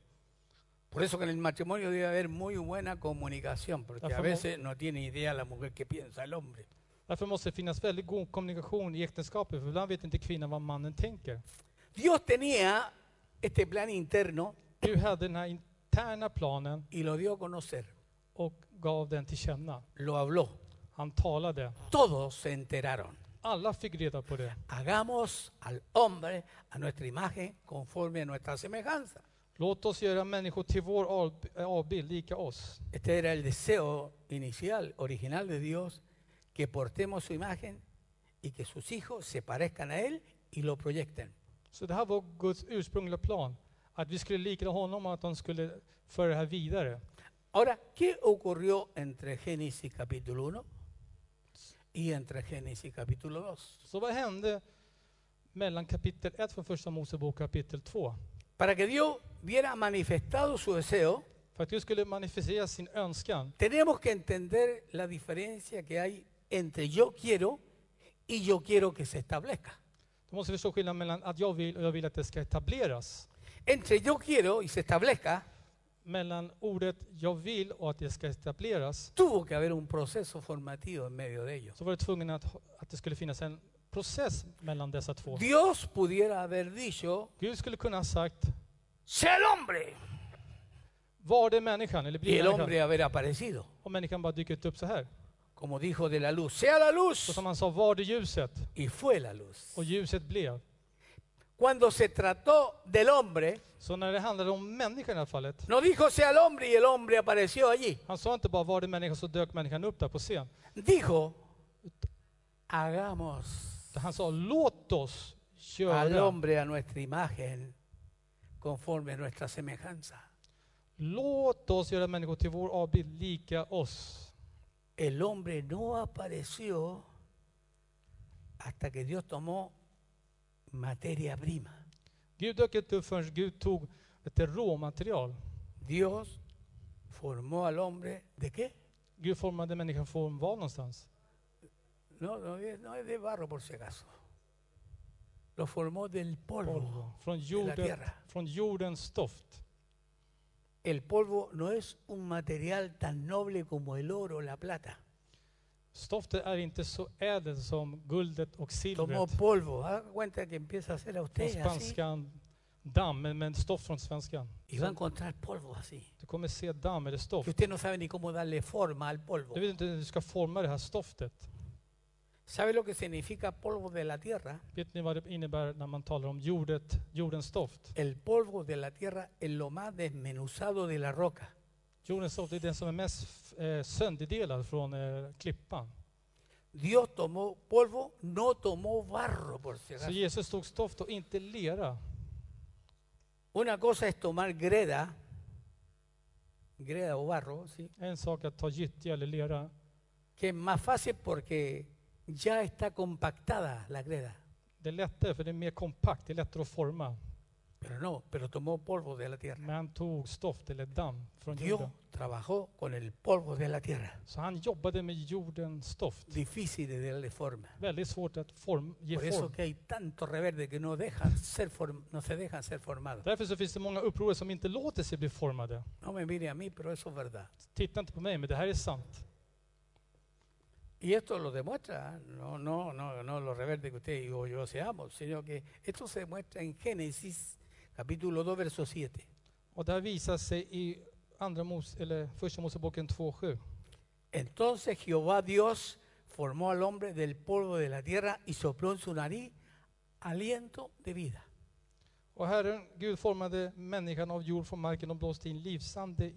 Por eso que en el matrimonio debe haber muy buena comunicación, porque a
Ajá.
veces no tiene idea la mujer que piensa el hombre.
Därför måste det finnas väldigt god kommunikation i äktenskapet, för ibland vet inte kvinnan vad mannen tänker.
Dios tenía este plan interno
Gud hade den här interna planen
y lo dio a conocer,
och gav den till känna.
lo habló.
Han talade.
Todos se enteraron.
Alla fick reda på det.
Hagamos al hombre a nuestra imagen conforme a nuestra semejanza.
Låt oss göra människor till vår avb- avbild, lika oss.
Este era el deseo inicial, original de Dios, que portemos su imagen y que sus hijos se parezcan a Él y lo proyecten.
Så det här var Guds ursprungliga plan. Att vi skulle likna honom och att de skulle föra det här vidare.
Ahora, ¿qué ocurrió entre Génesis capítulo 1 y entre Génesis capítulo 2?
Så vad hände mellan kapitel 1 från första Mosebok och kapitel 2?
Para que Dios viera manifestado su deseo,
För att Gud skulle manifestera sin önskan
tenemos que entender la diferencia que hay entre yo quiero y yo quiero que se establezca.
Du måste förstå skillnaden mellan att jag vill och jag vill att det ska etableras.
Entre yo quiero y se establezca,
Mellan ordet jag vill och att det ska etableras
tuvo que haber un proceso formativo en medio de ellos.
så var det tvungen att, ha- att det skulle finnas en process mellan dessa två.
Dios pudiera haber dicho,
Gud skulle kunna ha sagt,
sea el hombre,
var det människan? Eller
y
blir
el
människan?
hombre haber aparecido.
Och människan bara dyker upp så här.
Como dijo de la luz, sea la
Så
luz,
som han sa, var det ljuset?
y fue la luz.
Och ljuset blev.
Cuando se trató del hombre,
Så när det handlade om människan i det här fallet,
no dijo sea el hombre y el hombre apareció allí.
han sa inte bara var det människan så dök människan upp där på scen.
Dijo, hagamos
Utan Han sa låt oss
al
göra,
hombre a nuestra imagen conforme a nuestra semejanza.
låt oss göra människor till vår avbild, lika oss.
El hombre no apareció hasta que Dios tomó materia prima.
Gud dök inte upp förrän Gud tog ett råmaterial.
Dios formó al hombre de qué?
Gud formade människan från var någonstans?
No, no, es- no es de barro por si acaso. Lo formó del polvo.
Polvo. Från,
de la
jorden,
tierra.
från jordens stoft.
El polvo no es un material tan noble como el oro o la plata.
Stoftet är inte så ädelt som guldet
Tomó
och silvret.
polvo. Haga cuenta que empieza a hacer a
Från
usted así
spanskan damm, men, men stoft från svenskan.
y va a encontrar polvo así.
Du kommer se damm eller stoft.
Que usted no sabe ni cómo darle forma al polvo.
Du vet inte hur du ska forma det här stoftet.
¿Sabe lo que significa polvo de la tierra?
Vet ni vad det innebär när man talar om jordet, jordens stoft?
El polvo de la tierra es lo más desmenuzado de la roca.
Jordens stoft är den som är mest eh, sönderdelad från eh, klippan.
Dios tomó polvo, no tomó barro, por si
Så
acaso.
Jesus tog stoft och inte lera.
Una cosa es tomar greda, greda o barro, ¿sí?
En sak att ta gyttja eller lera,
que es más fácil porque ya está compactada la greda.
det är lättare för det är mer kompakt, det är lättare att forma.
Pero no, pero tomó polvo de la tierra.
Men han tog stoft eller damm från
Dios
jorden.
trabajó con el polvo de la tierra.
Så han jobbade med jordens stoft.
Difícil de darle forma.
Väldigt svårt att form, ge
Por eso
form.
que hay tantos reverdes que no dejan ser form- no se dejan ser formados.
Därför så finns det många upprorare som inte låter sig bli formade.
No me mire a mí, pero eso es verdad.
Titta inte på mig, men det här är sant.
Y esto lo demuestra, ¿eh? no, no, no, no los reverdes que usted y o yo seamos, sino que esto se demuestra en Génesis capítulo 2, verso 7.
Och det här visar sig i andra mos, eller första Moseboken 2.7.
Entonces Jehová Dios formó al hombre del polvo de la tierra y sopló en su nariz aliento de vida.
Och Herren, Gud formade människan av jord från marken och blåste in livsande i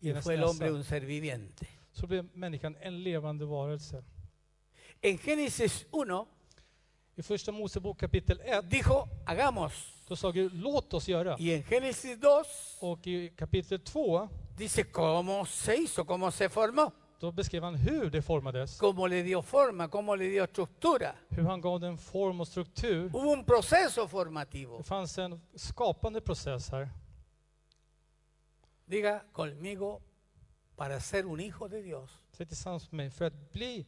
Y
hennes
fue el hombre
näsa.
un ser viviente.
Så blev människan en levande varelse.
En Génesis 1
I första Mosebok kapitel 1,
dijo, hagamos.
då sa Gud låt oss göra.
Y en Génesis 2
Och i kapitel 2,
dice cómo se hizo, cómo se formó,
då beskrev han hur det formades.
cómo le dio forma, cómo le dio estructura.
Hur han gav den form och struktur.
Hubo un proceso formativo.
Det fanns en skapande process här.
Diga conmigo, para ser un hijo de Dios,
Säg tillsammans med mig, för att bli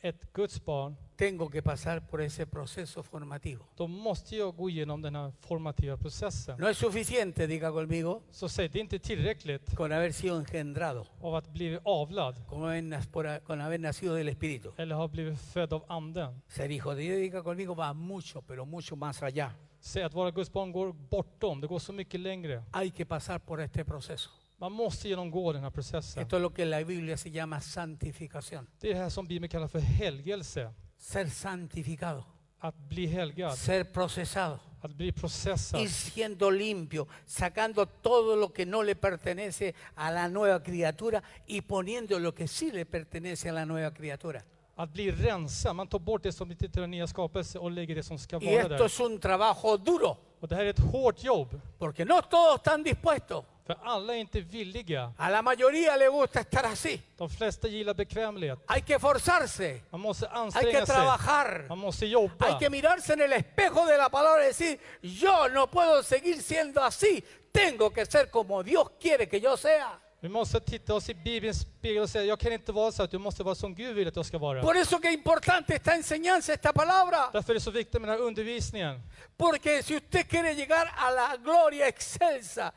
ett Guds barn,
tengo que pasar por ese proceso formativo.
då måste jag gå igenom den här formativa processen.
No es suficiente, diga conmigo,
Så säg, det är inte tillräckligt
con haber sido engendrado,
av att bli avlad
con haber nas- por a- con haber nacido del Espíritu.
eller ha blivit född av anden.
Ser hijo de Dios, diga conmigo, va mucho, pero mucho más allá.
Säg att vara Guds barn går bortom, det går så mycket längre.
Hay que pasar por este proceso.
Man måste genomgå den här processen.
Esto es lo que la Biblia se llama santificación.
Det är det här som Bibeln kallar för helgelse.
Ser santificado,
Att bli helgad,
ser procesado,
att bli processad,
ir siendo limpio, sacando todo lo que no le pertenece a la nueva criatura y poniendo lo que sí le pertenece a la nueva criatura.
att bli rensad. Man tar bort det som inte tillhör den nya skapelsen och lägger det som ska
Y
vara
esto
där.
es un trabajo duro,
Och det här är ett hårt jobb,
porque no todos están dispuestos.
för alla är inte villiga.
A la mayoría le gusta estar así.
De flesta gillar bekvämlighet.
Hay que forzarse,
Man måste
hay que
anstränga sig,
trabajar.
man måste
Hay
jobba.
que mirarse en el espejo de la palabra y decir, yo no puedo seguir siendo así, tengo que ser como Dios quiere que yo sea.
Vi måste titta oss i Bibelns spegel och säga, jag kan inte vara så att du måste vara som Gud vill att jag ska vara.
Por eso que importante esta enseñanza, esta palabra,
Därför är det så viktigt med den här undervisningen.
porque si usted quiere llegar a la gloria excelsa,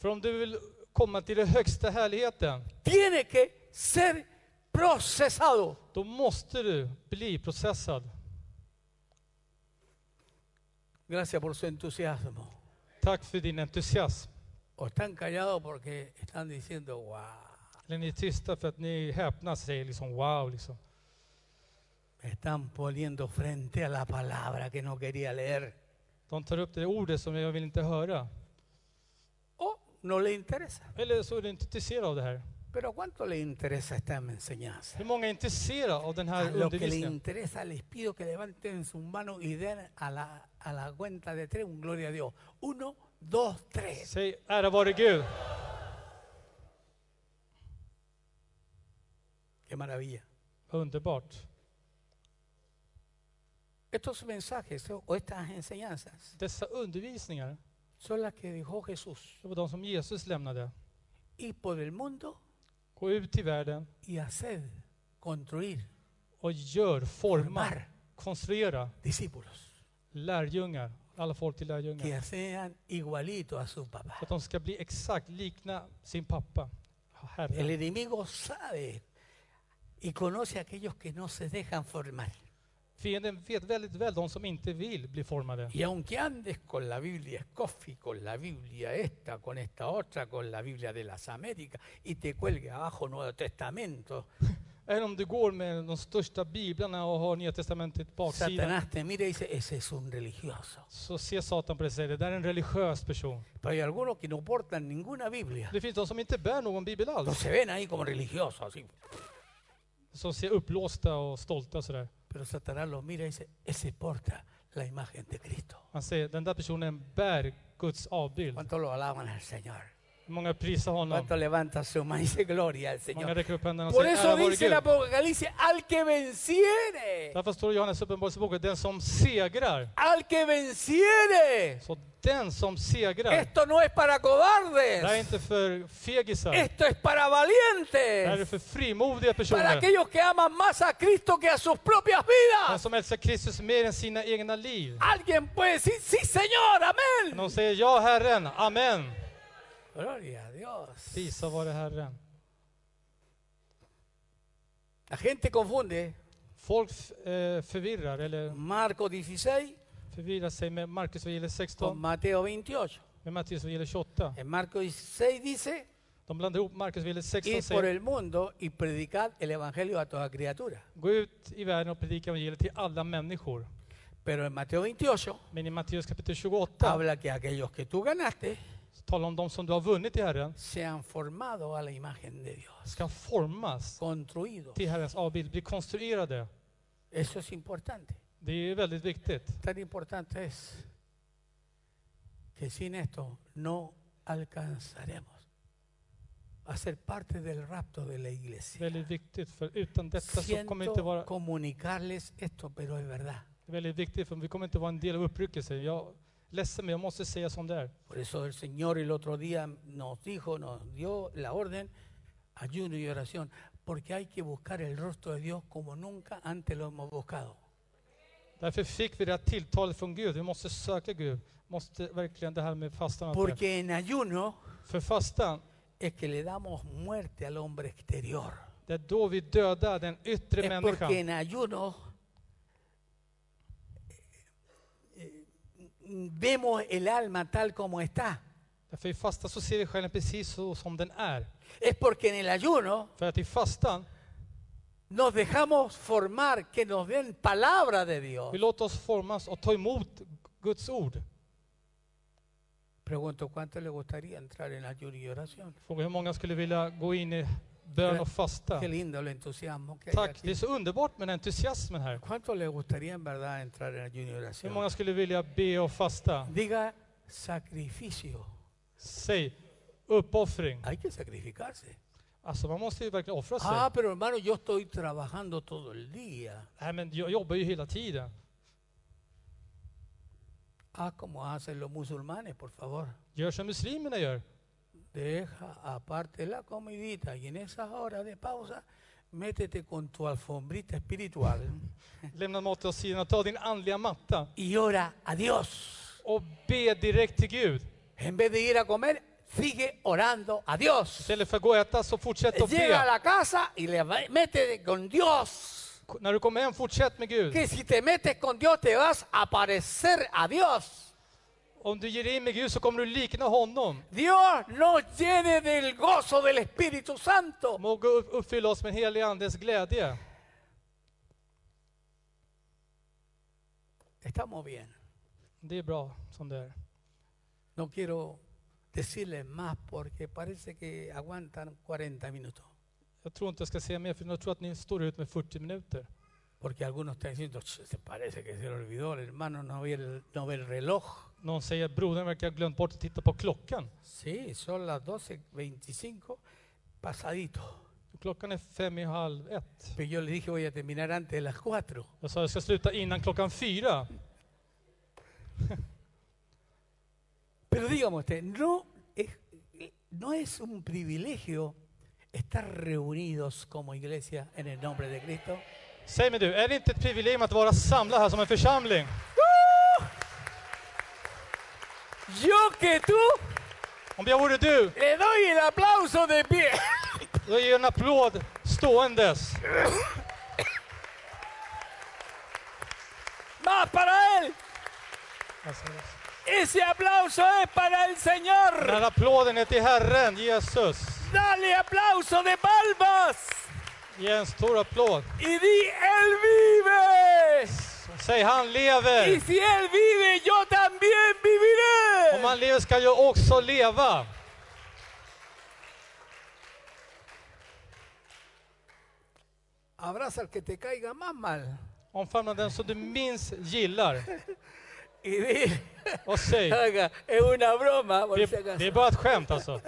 För om du vill komma till den högsta härligheten,
tiene que ser procesado.
då måste du bli processad.
Gracias por su entusiasmo.
Tack för din entusiasm.
O están callados porque están diciendo, wow,
Eller ni är tysta för att ni häpnas, säger liksom wow. Liksom.
me están poniendo frente a la palabra que no quería leer.
De tar upp det ordet som jag vill inte höra.
O no le interesa.
Eller så är du inte intresserad av det här.
Pero ¿cuánto le interesa esta enseñanza?
Hur många är intresserade av den
A
här
lo que le
undervisningen?
interesa, les pido que levanten sus manos y den a la, a la cuenta de tres un gloria a Dios. Uno, dos, tres.
Säg ära vare Gud.
Qué maravilla.
Underbart.
Estos mensajes o o estas enseñanzas
Dessa undervisningar,
son las que dejó Jesús.
det var de som Jesus lämnade.
Ir por el mundo
Gå ut i världen
y hacer, construir,
och gör, forma,
formar
konstruera
discípulos
lärjungar, alla folk till lärjungar.
que sean igualitos a su papá.
För att de ska bli exakt likna sin pappa,
El
Herren.
enemigo sabe y conoce a aquellos que no se dejan formar.
Fienden vet väldigt väl de som inte vill bli formade.
Y aunque andes con la Biblia Scoffy, con la Biblia esta, con esta otra, con la Biblia de las Américas, y te cuelgue abajo Nuevo Testamento,
Även om du går med de största biblarna och har Nya Testamentet på baksidan,
Satanás te mira y dice, ese es un religioso.
så ser Satan på dig och säger, det där är en religiös person.
Pero hay algunos que no portan ninguna Biblia.
Det finns de som inte bär någon bibel
No
alls,
se ven ahí como religiosos, así.
som ser upplåsta och stolta sådär.
Pero Satanás los mira y dice, ese porta la imagen de Cristo.
Han säger, den där personen bär Guds avbild.
¿Cuánto lo alaban al Señor?
Hur Många prisar honom.
¿Cuánto levanta su mano y dice gloria al
Många
Señor?
räcker upp händerna och
Por
säger,
eso
ära vare
dice el
Gud.
Apocalipsis, al que venciere,
Därför står det i Johannes uppenbarelsebok att den som segrar,
al que venciere.
så den som segrar,
Esto no es para
det här är
cobardes.
inte för fegisar,
Esto es para
det här är
valientes.
för frimodiga
Para
personer.
aquellos que aman más a Cristo que a sus propias
Den
vidas.
som älskar Kristus mer än sina egna liv.
Alguien puede decir, sí, Señor, amén.
De säger ja Herren, Amen.
Gloria a Dios.
Prisa vare Herren.
La gente confunde
Folk eh, förvirrar, eller
Marco 16
förvirrar sig med Markus evangeliet
con
16
Mateo 28.
med Matteus evangeliet 28.
En Marco 16 dice,
De blandar ihop Markus evangeliet 16
ir
och
por
säger
el mundo y predicar el Evangelio a toda criatura.
gå ut i världen och predika evangeliet till alla människor.
Pero en Mateo 28
Men i Matteus kapitel 28
habla que aquellos que tú ganaste
så talar om de som du har vunnit i Herren
se han formado a la imagen de Dios,
ska formas
construido.
till Herrens avbild, bli konstruerade.
Eso es importante.
Det är väldigt viktigt.
Tan importante es que sin esto no alcanzaremos a ser parte del rapto de la iglesia.
Väldigt viktigt, för utan detta så kommer vi inte
Siento
vara...
comunicarles esto, pero es verdad.
Väldigt viktigt, för vi kommer inte vara en del av uppryckelsen. Jag ledsen men jag måste säga som det är.
Por eso el Señor el otro día nos dijo, nos dio la orden, ayuno y oración, porque hay que buscar el rostro de Dios como nunca antes lo hemos buscado.
Därför fick vi det här tilltalet från Gud. Vi måste söka Gud. Måste verkligen det här med fastan. och allt det.
Porque en ayuno
För fastan,
es que le damos muerte al hombre exterior.
det är då vi dödar den yttre
Es porque
människan.
en ayuno eh, eh, vemos el alma tal como está.
Därför i fastan så ser vi själen precis så som den är.
Es porque en el ayuno
För att i fastan,
nos dejamos formar, que nos den palabra de Dios.
vi låter oss formas och ta emot Guds ord.
Pregunto, ¿cuánto le gustaría entrar en ayuno y oración?
Fråga hur många skulle vilja gå in i bön och fasta.
Qué lindo el entusiasmo que hay
Tack, det
aquí.
är så underbart med den entusiasmen här.
¿Cuánto le gustaría en verdad entrar en ayuno y
Hur
oración?
många skulle vilja be och fasta?
Diga sacrificio.
Säg uppoffring.
Hay que sacrificarse.
Alltså man måste ju verkligen offra sig.
Ah, pero hermano, yo estoy trabajando todo el día.
Nej, men jag jobbar ju hela tiden.
Ah, como hacen los musulmanes, por favor.
Gör som muslimerna gör.
Deja aparte la comidita y en esas horas de pausa, métete con tu alfombrita espiritual
Lämna maten åt sidan och ta din andliga matta
y ora a Dios.
och be direkt till Gud.
En vez de ir a comer, sigue orando a Dios.
Istället för att gå och äta så fortsätt att
Llega a
be.
la casa y le va- mete con Dios.
K- När du kommer hem, fortsätt med Gud.
Que si te metes con Dios te vas a parecer a Dios.
Om du ger dig in med Gud så kommer du likna honom.
Dios nos llene del gozo del Espíritu Santo.
Må Gud uppfylla oss med helig Andes glädje.
Estamos bien.
Det är bra som det är.
No quiero decirles más porque parece que aguantan 40 minutos.
Jag tror inte jag ska säga mer, för jag tror att ni står ut med 40 minuter.
Porque algunos están diciendo, "Ch, se parece que se le olvidó, el hermano no ve el, no ve el reloj.
Någon säger att brodern verkar ha glömt bort att titta på klockan.
Sí, son las 12.25 pasadito.
Klockan är fem i halv ett.
Pero yo le dije voy a terminar antes de las 4.
Jag sa jag ska sluta innan klockan fyra.
Pero dígame usted, ¿no es, ¿no es un privilegio estar reunidos como iglesia en el nombre de Cristo?
Säg mig du, är det inte ett privilegium att vara samlad här som en församling?
Yo que tú
Om jag vore du,
le doy el aplauso de pie.
då ger jag en applåd ståendes.
Más para él. Ese aplauso es para el
Den
Señor.
här applåden är till Herren Jesus.
Dale aplauso de palmas
Ge en stor applåd.
y di, Él
Säg han
vive. Y
lever.
si Él vive, yo también viviré.
Om han lever ska jag också leva.
Abraza al que te caiga más mal.
Omfamna den som du minst gillar.
Y di,
Och säg,
Haga, es una broma, por
det,
si acaso.
det är bara ett skämt alltså.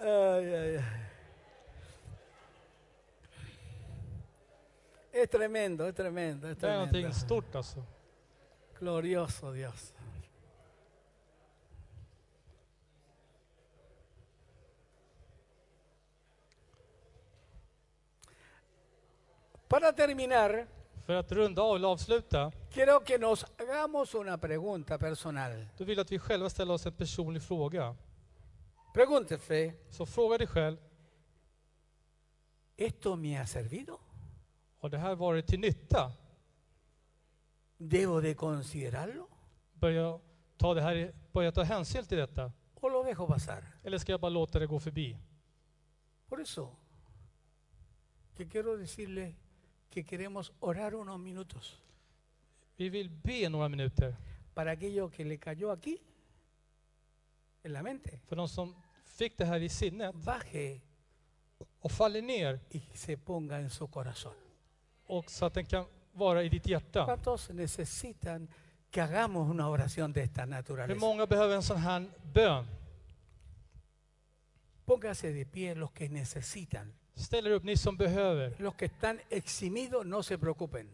Ay, ay, ay. Es tremendo, es tremendo, es
Det är
tremendo.
någonting stort alltså.
Glorioso Dios. Para terminar,
För att runda av eller avsluta,
quiero que nos hagamos una pregunta personal.
då vill jag att vi själva ställer oss en personlig fråga.
Pregúntese,
Så fråga dig själv,
¿esto me ha servido?
har det här varit till nytta?
¿Debo de considerarlo
Börja ta, det här, i- börja ta hänsyn till detta?
o lo dejo pasar?
Eller ska jag bara låta det gå förbi?
Por eso, que quiero decirle que queremos orar unos minutos
Vi vill be några minuter
para aquello que le cayó aquí, en la mente,
för de som fick det här i sinnet
baje
och faller ner
y se ponga en su corazón.
och så att den kan vara i ditt hjärta.
¿Cuántos necesitan que hagamos una oración de esta
Hur
naturaleza?
många behöver en sån här bön?
Póngase de pie los que necesitan.
Ställ er upp ni som behöver.
Los que están eximidos no se preocupen.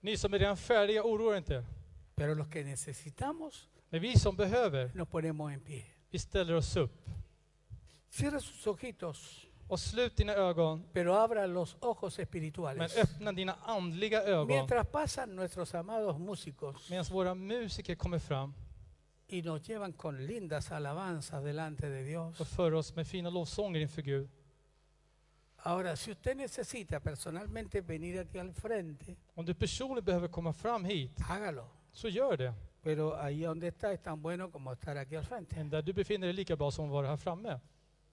Ni som är redan färdiga, oroa er inte.
Pero los que necesitamos
Men vi som behöver,
nos ponemos en pie.
vi ställer oss upp.
Cierra sus ojitos,
Och slut dina ögon,
pero abra los ojos
men
espirituales.
öppna dina andliga ögon.
Mientras pasan nuestros amados músicos
Medan våra musiker kommer fram
y nos llevan con lindas alabanzas delante de Dios.
och för oss med fina lovsånger inför Gud.
Ahora, si usted necesita personalmente venir aquí al frente,
Om du personligen behöver komma fram hit,
hágalo.
så gör det.
Pero ahí donde está es tan bueno como estar aquí al frente.
Men där du befinner dig lika bra som att vara här framme.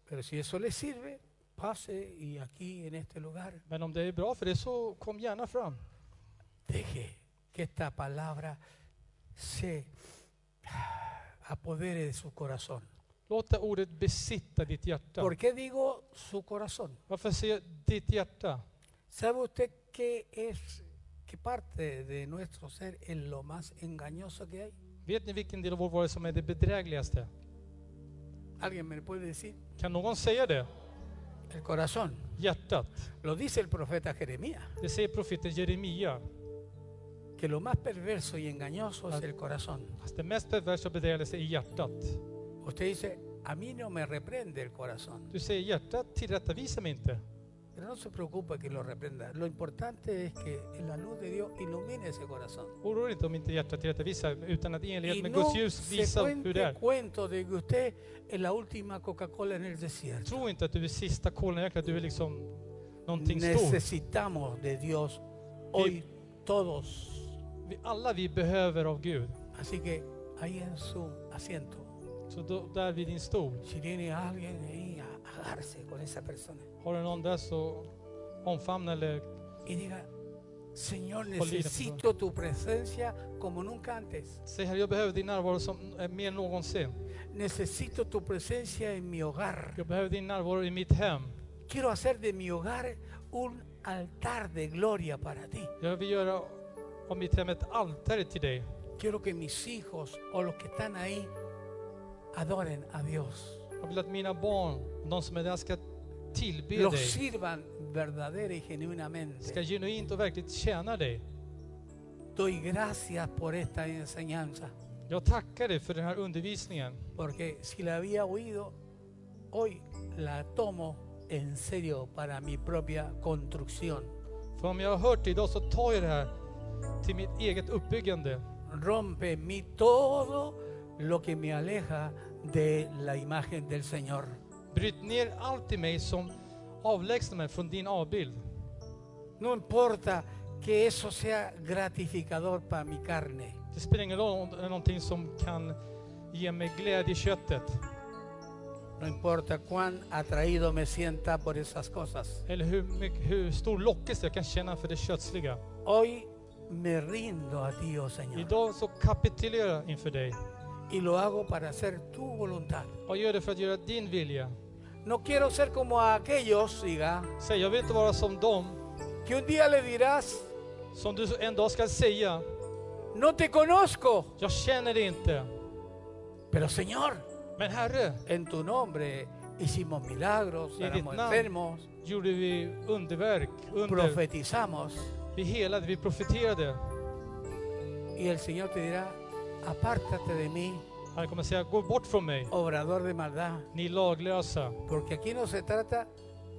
Pero si eso le sirve, pase y aquí en este lugar
Men om det är bra för dig så kom gärna fram.
deje que esta palabra se apodere de su corazón.
Låt det ordet besitta ditt hjärta.
¿Por qué digo su corazón?
Varför säger jag ditt hjärta?
¿Sabe usted qué es, qué parte de nuestro ser es lo más engañoso que hay?
Vet ni vilken del av vår varelse som är det bedrägligaste?
¿Alguien me puede decir?
Kan någon säga det?
El corazón.
Hjärtat.
Lo dice el profeta Jeremías,
Det säger profeten Jeremia.
que lo más perverso y engañoso es el corazón.
Fast det mest perversa och bedrägligaste är hjärtat.
Usted dice, a mí no me reprende el corazón.
Du säger hjärtat tillrättavisa mig inte.
Pero no se preocupe que lo reprenda. Lo importante es que la luz de Dios ilumine ese corazón.
Oroa dig inte om inte hjärtat tillrättavisar utan att i enlighet
Y
med
no
Guds ljus
se
visa hur det
cuente
är.
cuento de que usted es la última Coca-Cola en el desierto.
Tro inte att du är sista kolonjäkla, att du är liksom någonting stort.
Necesitamos de Dios hoy todos.
Vi, alla vi behöver av Gud.
Así que ahí en su asiento,
Så då, där vid din stol,
si tiene a alguien ahí, agarse con esa persona
har du någon där så omfamna eller
y diga, Señor,
Olvida, por favor.
necesito tu presencia como nunca antes.
säg Herre, jag behöver din närvaro som är mer än någonsin.
Necesito tu presencia en mi hogar.
Jag behöver din närvaro i mitt hem.
Quiero hacer de mi hogar un altar de gloria para ti.
Jag vill göra av mitt hem ett altare till dig.
Quiero que mis hijos o los que están ahí adoren a Dios.
Jag vill att mina barn, de som är där, ska tillbe
Los
dig.
sirvan verdadera y
Ska
genuinamente.
genuint och verkligt tjäna dig.
Doy gracias por esta enseñanza,
Jag tackar dig för den här undervisningen.
porque si la había oído, hoy la tomo en serio para mi propia construcción.
För om jag har hört det idag så tar jag det här till mitt eget uppbyggande.
Rompe en mí todo lo que me aleja de la imagen del Señor.
Bryt ner allt i mig som avlägsnar mig från din avbild.
No importa que eso sea gratificador para mi carne.
Det spelar ingen roll om det är någonting som kan ge mig glädje i köttet.
No importa cuán atraído me sienta por esas cosas.
Eller hur, mycket, hur stor lockelse jag kan känna för det kötsliga.
Hoy me rindo a ti, oh Señor,
Idag så kapitulerar jag inför dig.
y lo hago para hacer tu voluntad.
Jag gör det för att göra din vilja.
No quiero ser como aquellos, diga,
Säg, jag vill inte vara som dem
que un día le dirás,
som du en dag ska säga,
no te conozco,
jag känner dig inte.
pero Señor,
Men Herre,
en tu nombre hicimos milagros,
Y en
sanamos
Vietnam.
enfermos,
gjorde vi underverk, under.
profetizamos,
Vi helade, vi profeterade.
y el Señor te dirá, apártate de mí,
Han kommer säga, gå bort från mig,
obrador de maldad.
ni laglösa.
Porque aquí no se trata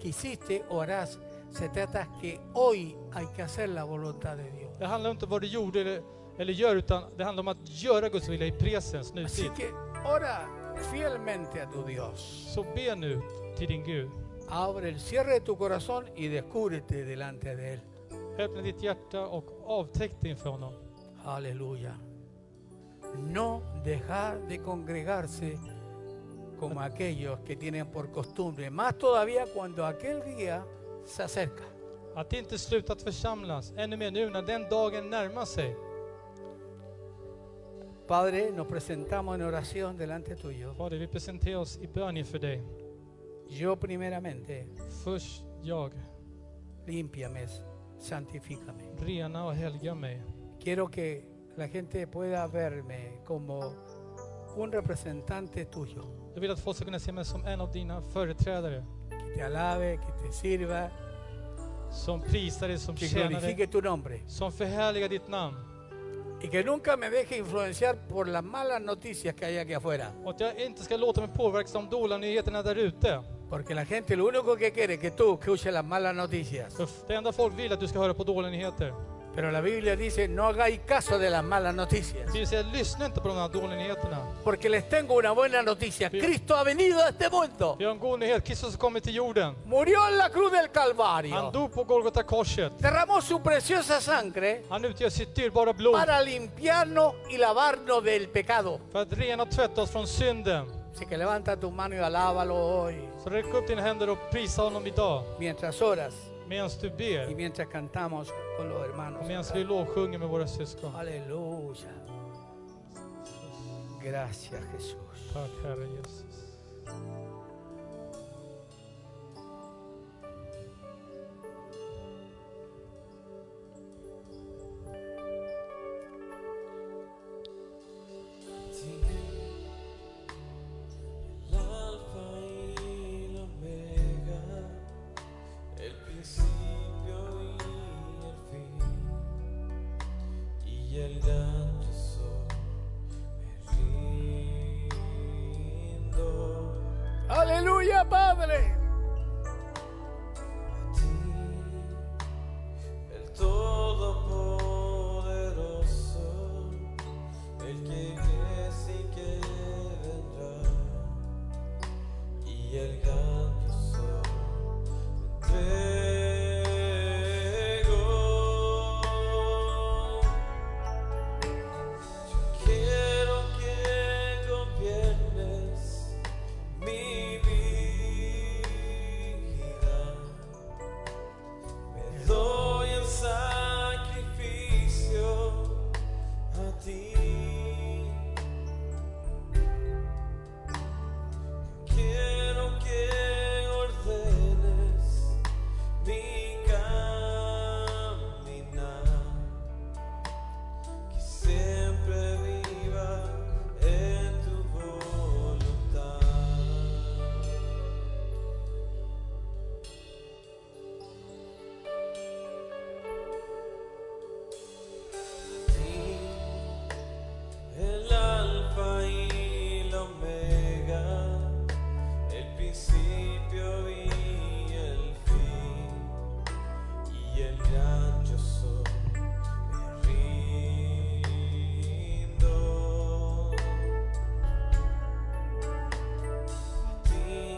que hiciste o harás, se trata que hoy hay que hacer la voluntad de Dios.
Det handlar inte om vad du gjorde eller, eller gör, utan det handlar om att göra Guds vilja i presens,
Así
nutid.
que ora fielmente a tu Dios.
Så be nu till din Gud.
Abre el cierre de tu corazón y descúbrete delante de Él.
Öppna ditt hjärta och avtäck dig inför honom.
Aleluya. No dejar de congregarse como aquellos que tienen por costumbre, más todavía cuando aquel día se acerca.
Att inte sluta att församlas, ännu mer nu när den dagen närmar sig.
Padre, nos presentamos en oración delante tuyo.
Fader, vi presenterar oss i bön inför dig.
Yo primeramente.
Först jag,
Límpiame, santifícame.
rena och helga mig.
Quiero que la gente pueda verme como un representante tuyo
Jag vill att folk ska kunna se mig som en av dina företrädare.
que te alabe, que te sirva,
Som prisar dig, som
que
tjänar dig.
glorifique tu nombre
Som förhärligar ditt namn.
y que nunca me deje influenciar por las malas noticias que hay aquí afuera.
Och att jag inte ska låta mig påverkas av dollarnyheterna där ute.
Porque la gente lo único que quiere es que tú escuches las malas noticias.
För Det enda folk vill är att du ska höra på dåliga nyheter.
Pero la Biblia dice, no hagáis caso de las malas noticias.
Bibeln säger, lyssna inte på de här dåliga nyheterna.
Porque les tengo una buena noticia. Cristo ha venido a este mundo.
Vi har en god nyhet. Kristus har kommit till jorden.
Murió en la cruz del
Han
Calvario.
dog på Golgata korset.
Derramó su preciosa sangre
Han utgör sitt dyrbara blod
para limpiarnos y lavarnos del pecado.
för att rena och tvätta oss från synden.
Así que levanta tu mano y alábalo hoy.
Så räck upp dina händer och prisa honom idag.
Mientras oras
Medan du
y
ber.
mientras cantamos con los hermanos.
Och medan vi lovsjunger med våra syskon.
Aleluya. Gracias Jesús.
Tack Herre Jesus.
El alfa y la omega, el principio y el fin, y el gran yo soy, me rindo
Aleluya Padre.
a ti, el todopoderoso, el que es y que vendrá, y el gran yo soy, te entrego. Quiero que gobiernes mi vida. Me doy el sacrificio a ti. Quiero que ordenes mi caminar que siempre viva en tu voluntad. A ti, el alfa y la omega, el principio y el fin, y el gran yo soy. Me rindo a ti,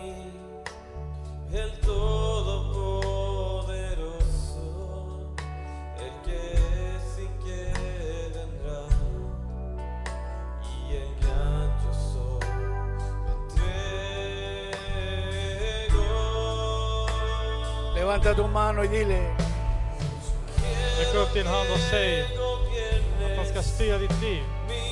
el todopoderoso, el que es y que vendrá, y el gran yo soy me entrego.
Levanta tu mano y dile,
Räck upp din hand och säg att han ska styra ditt liv.
Mi e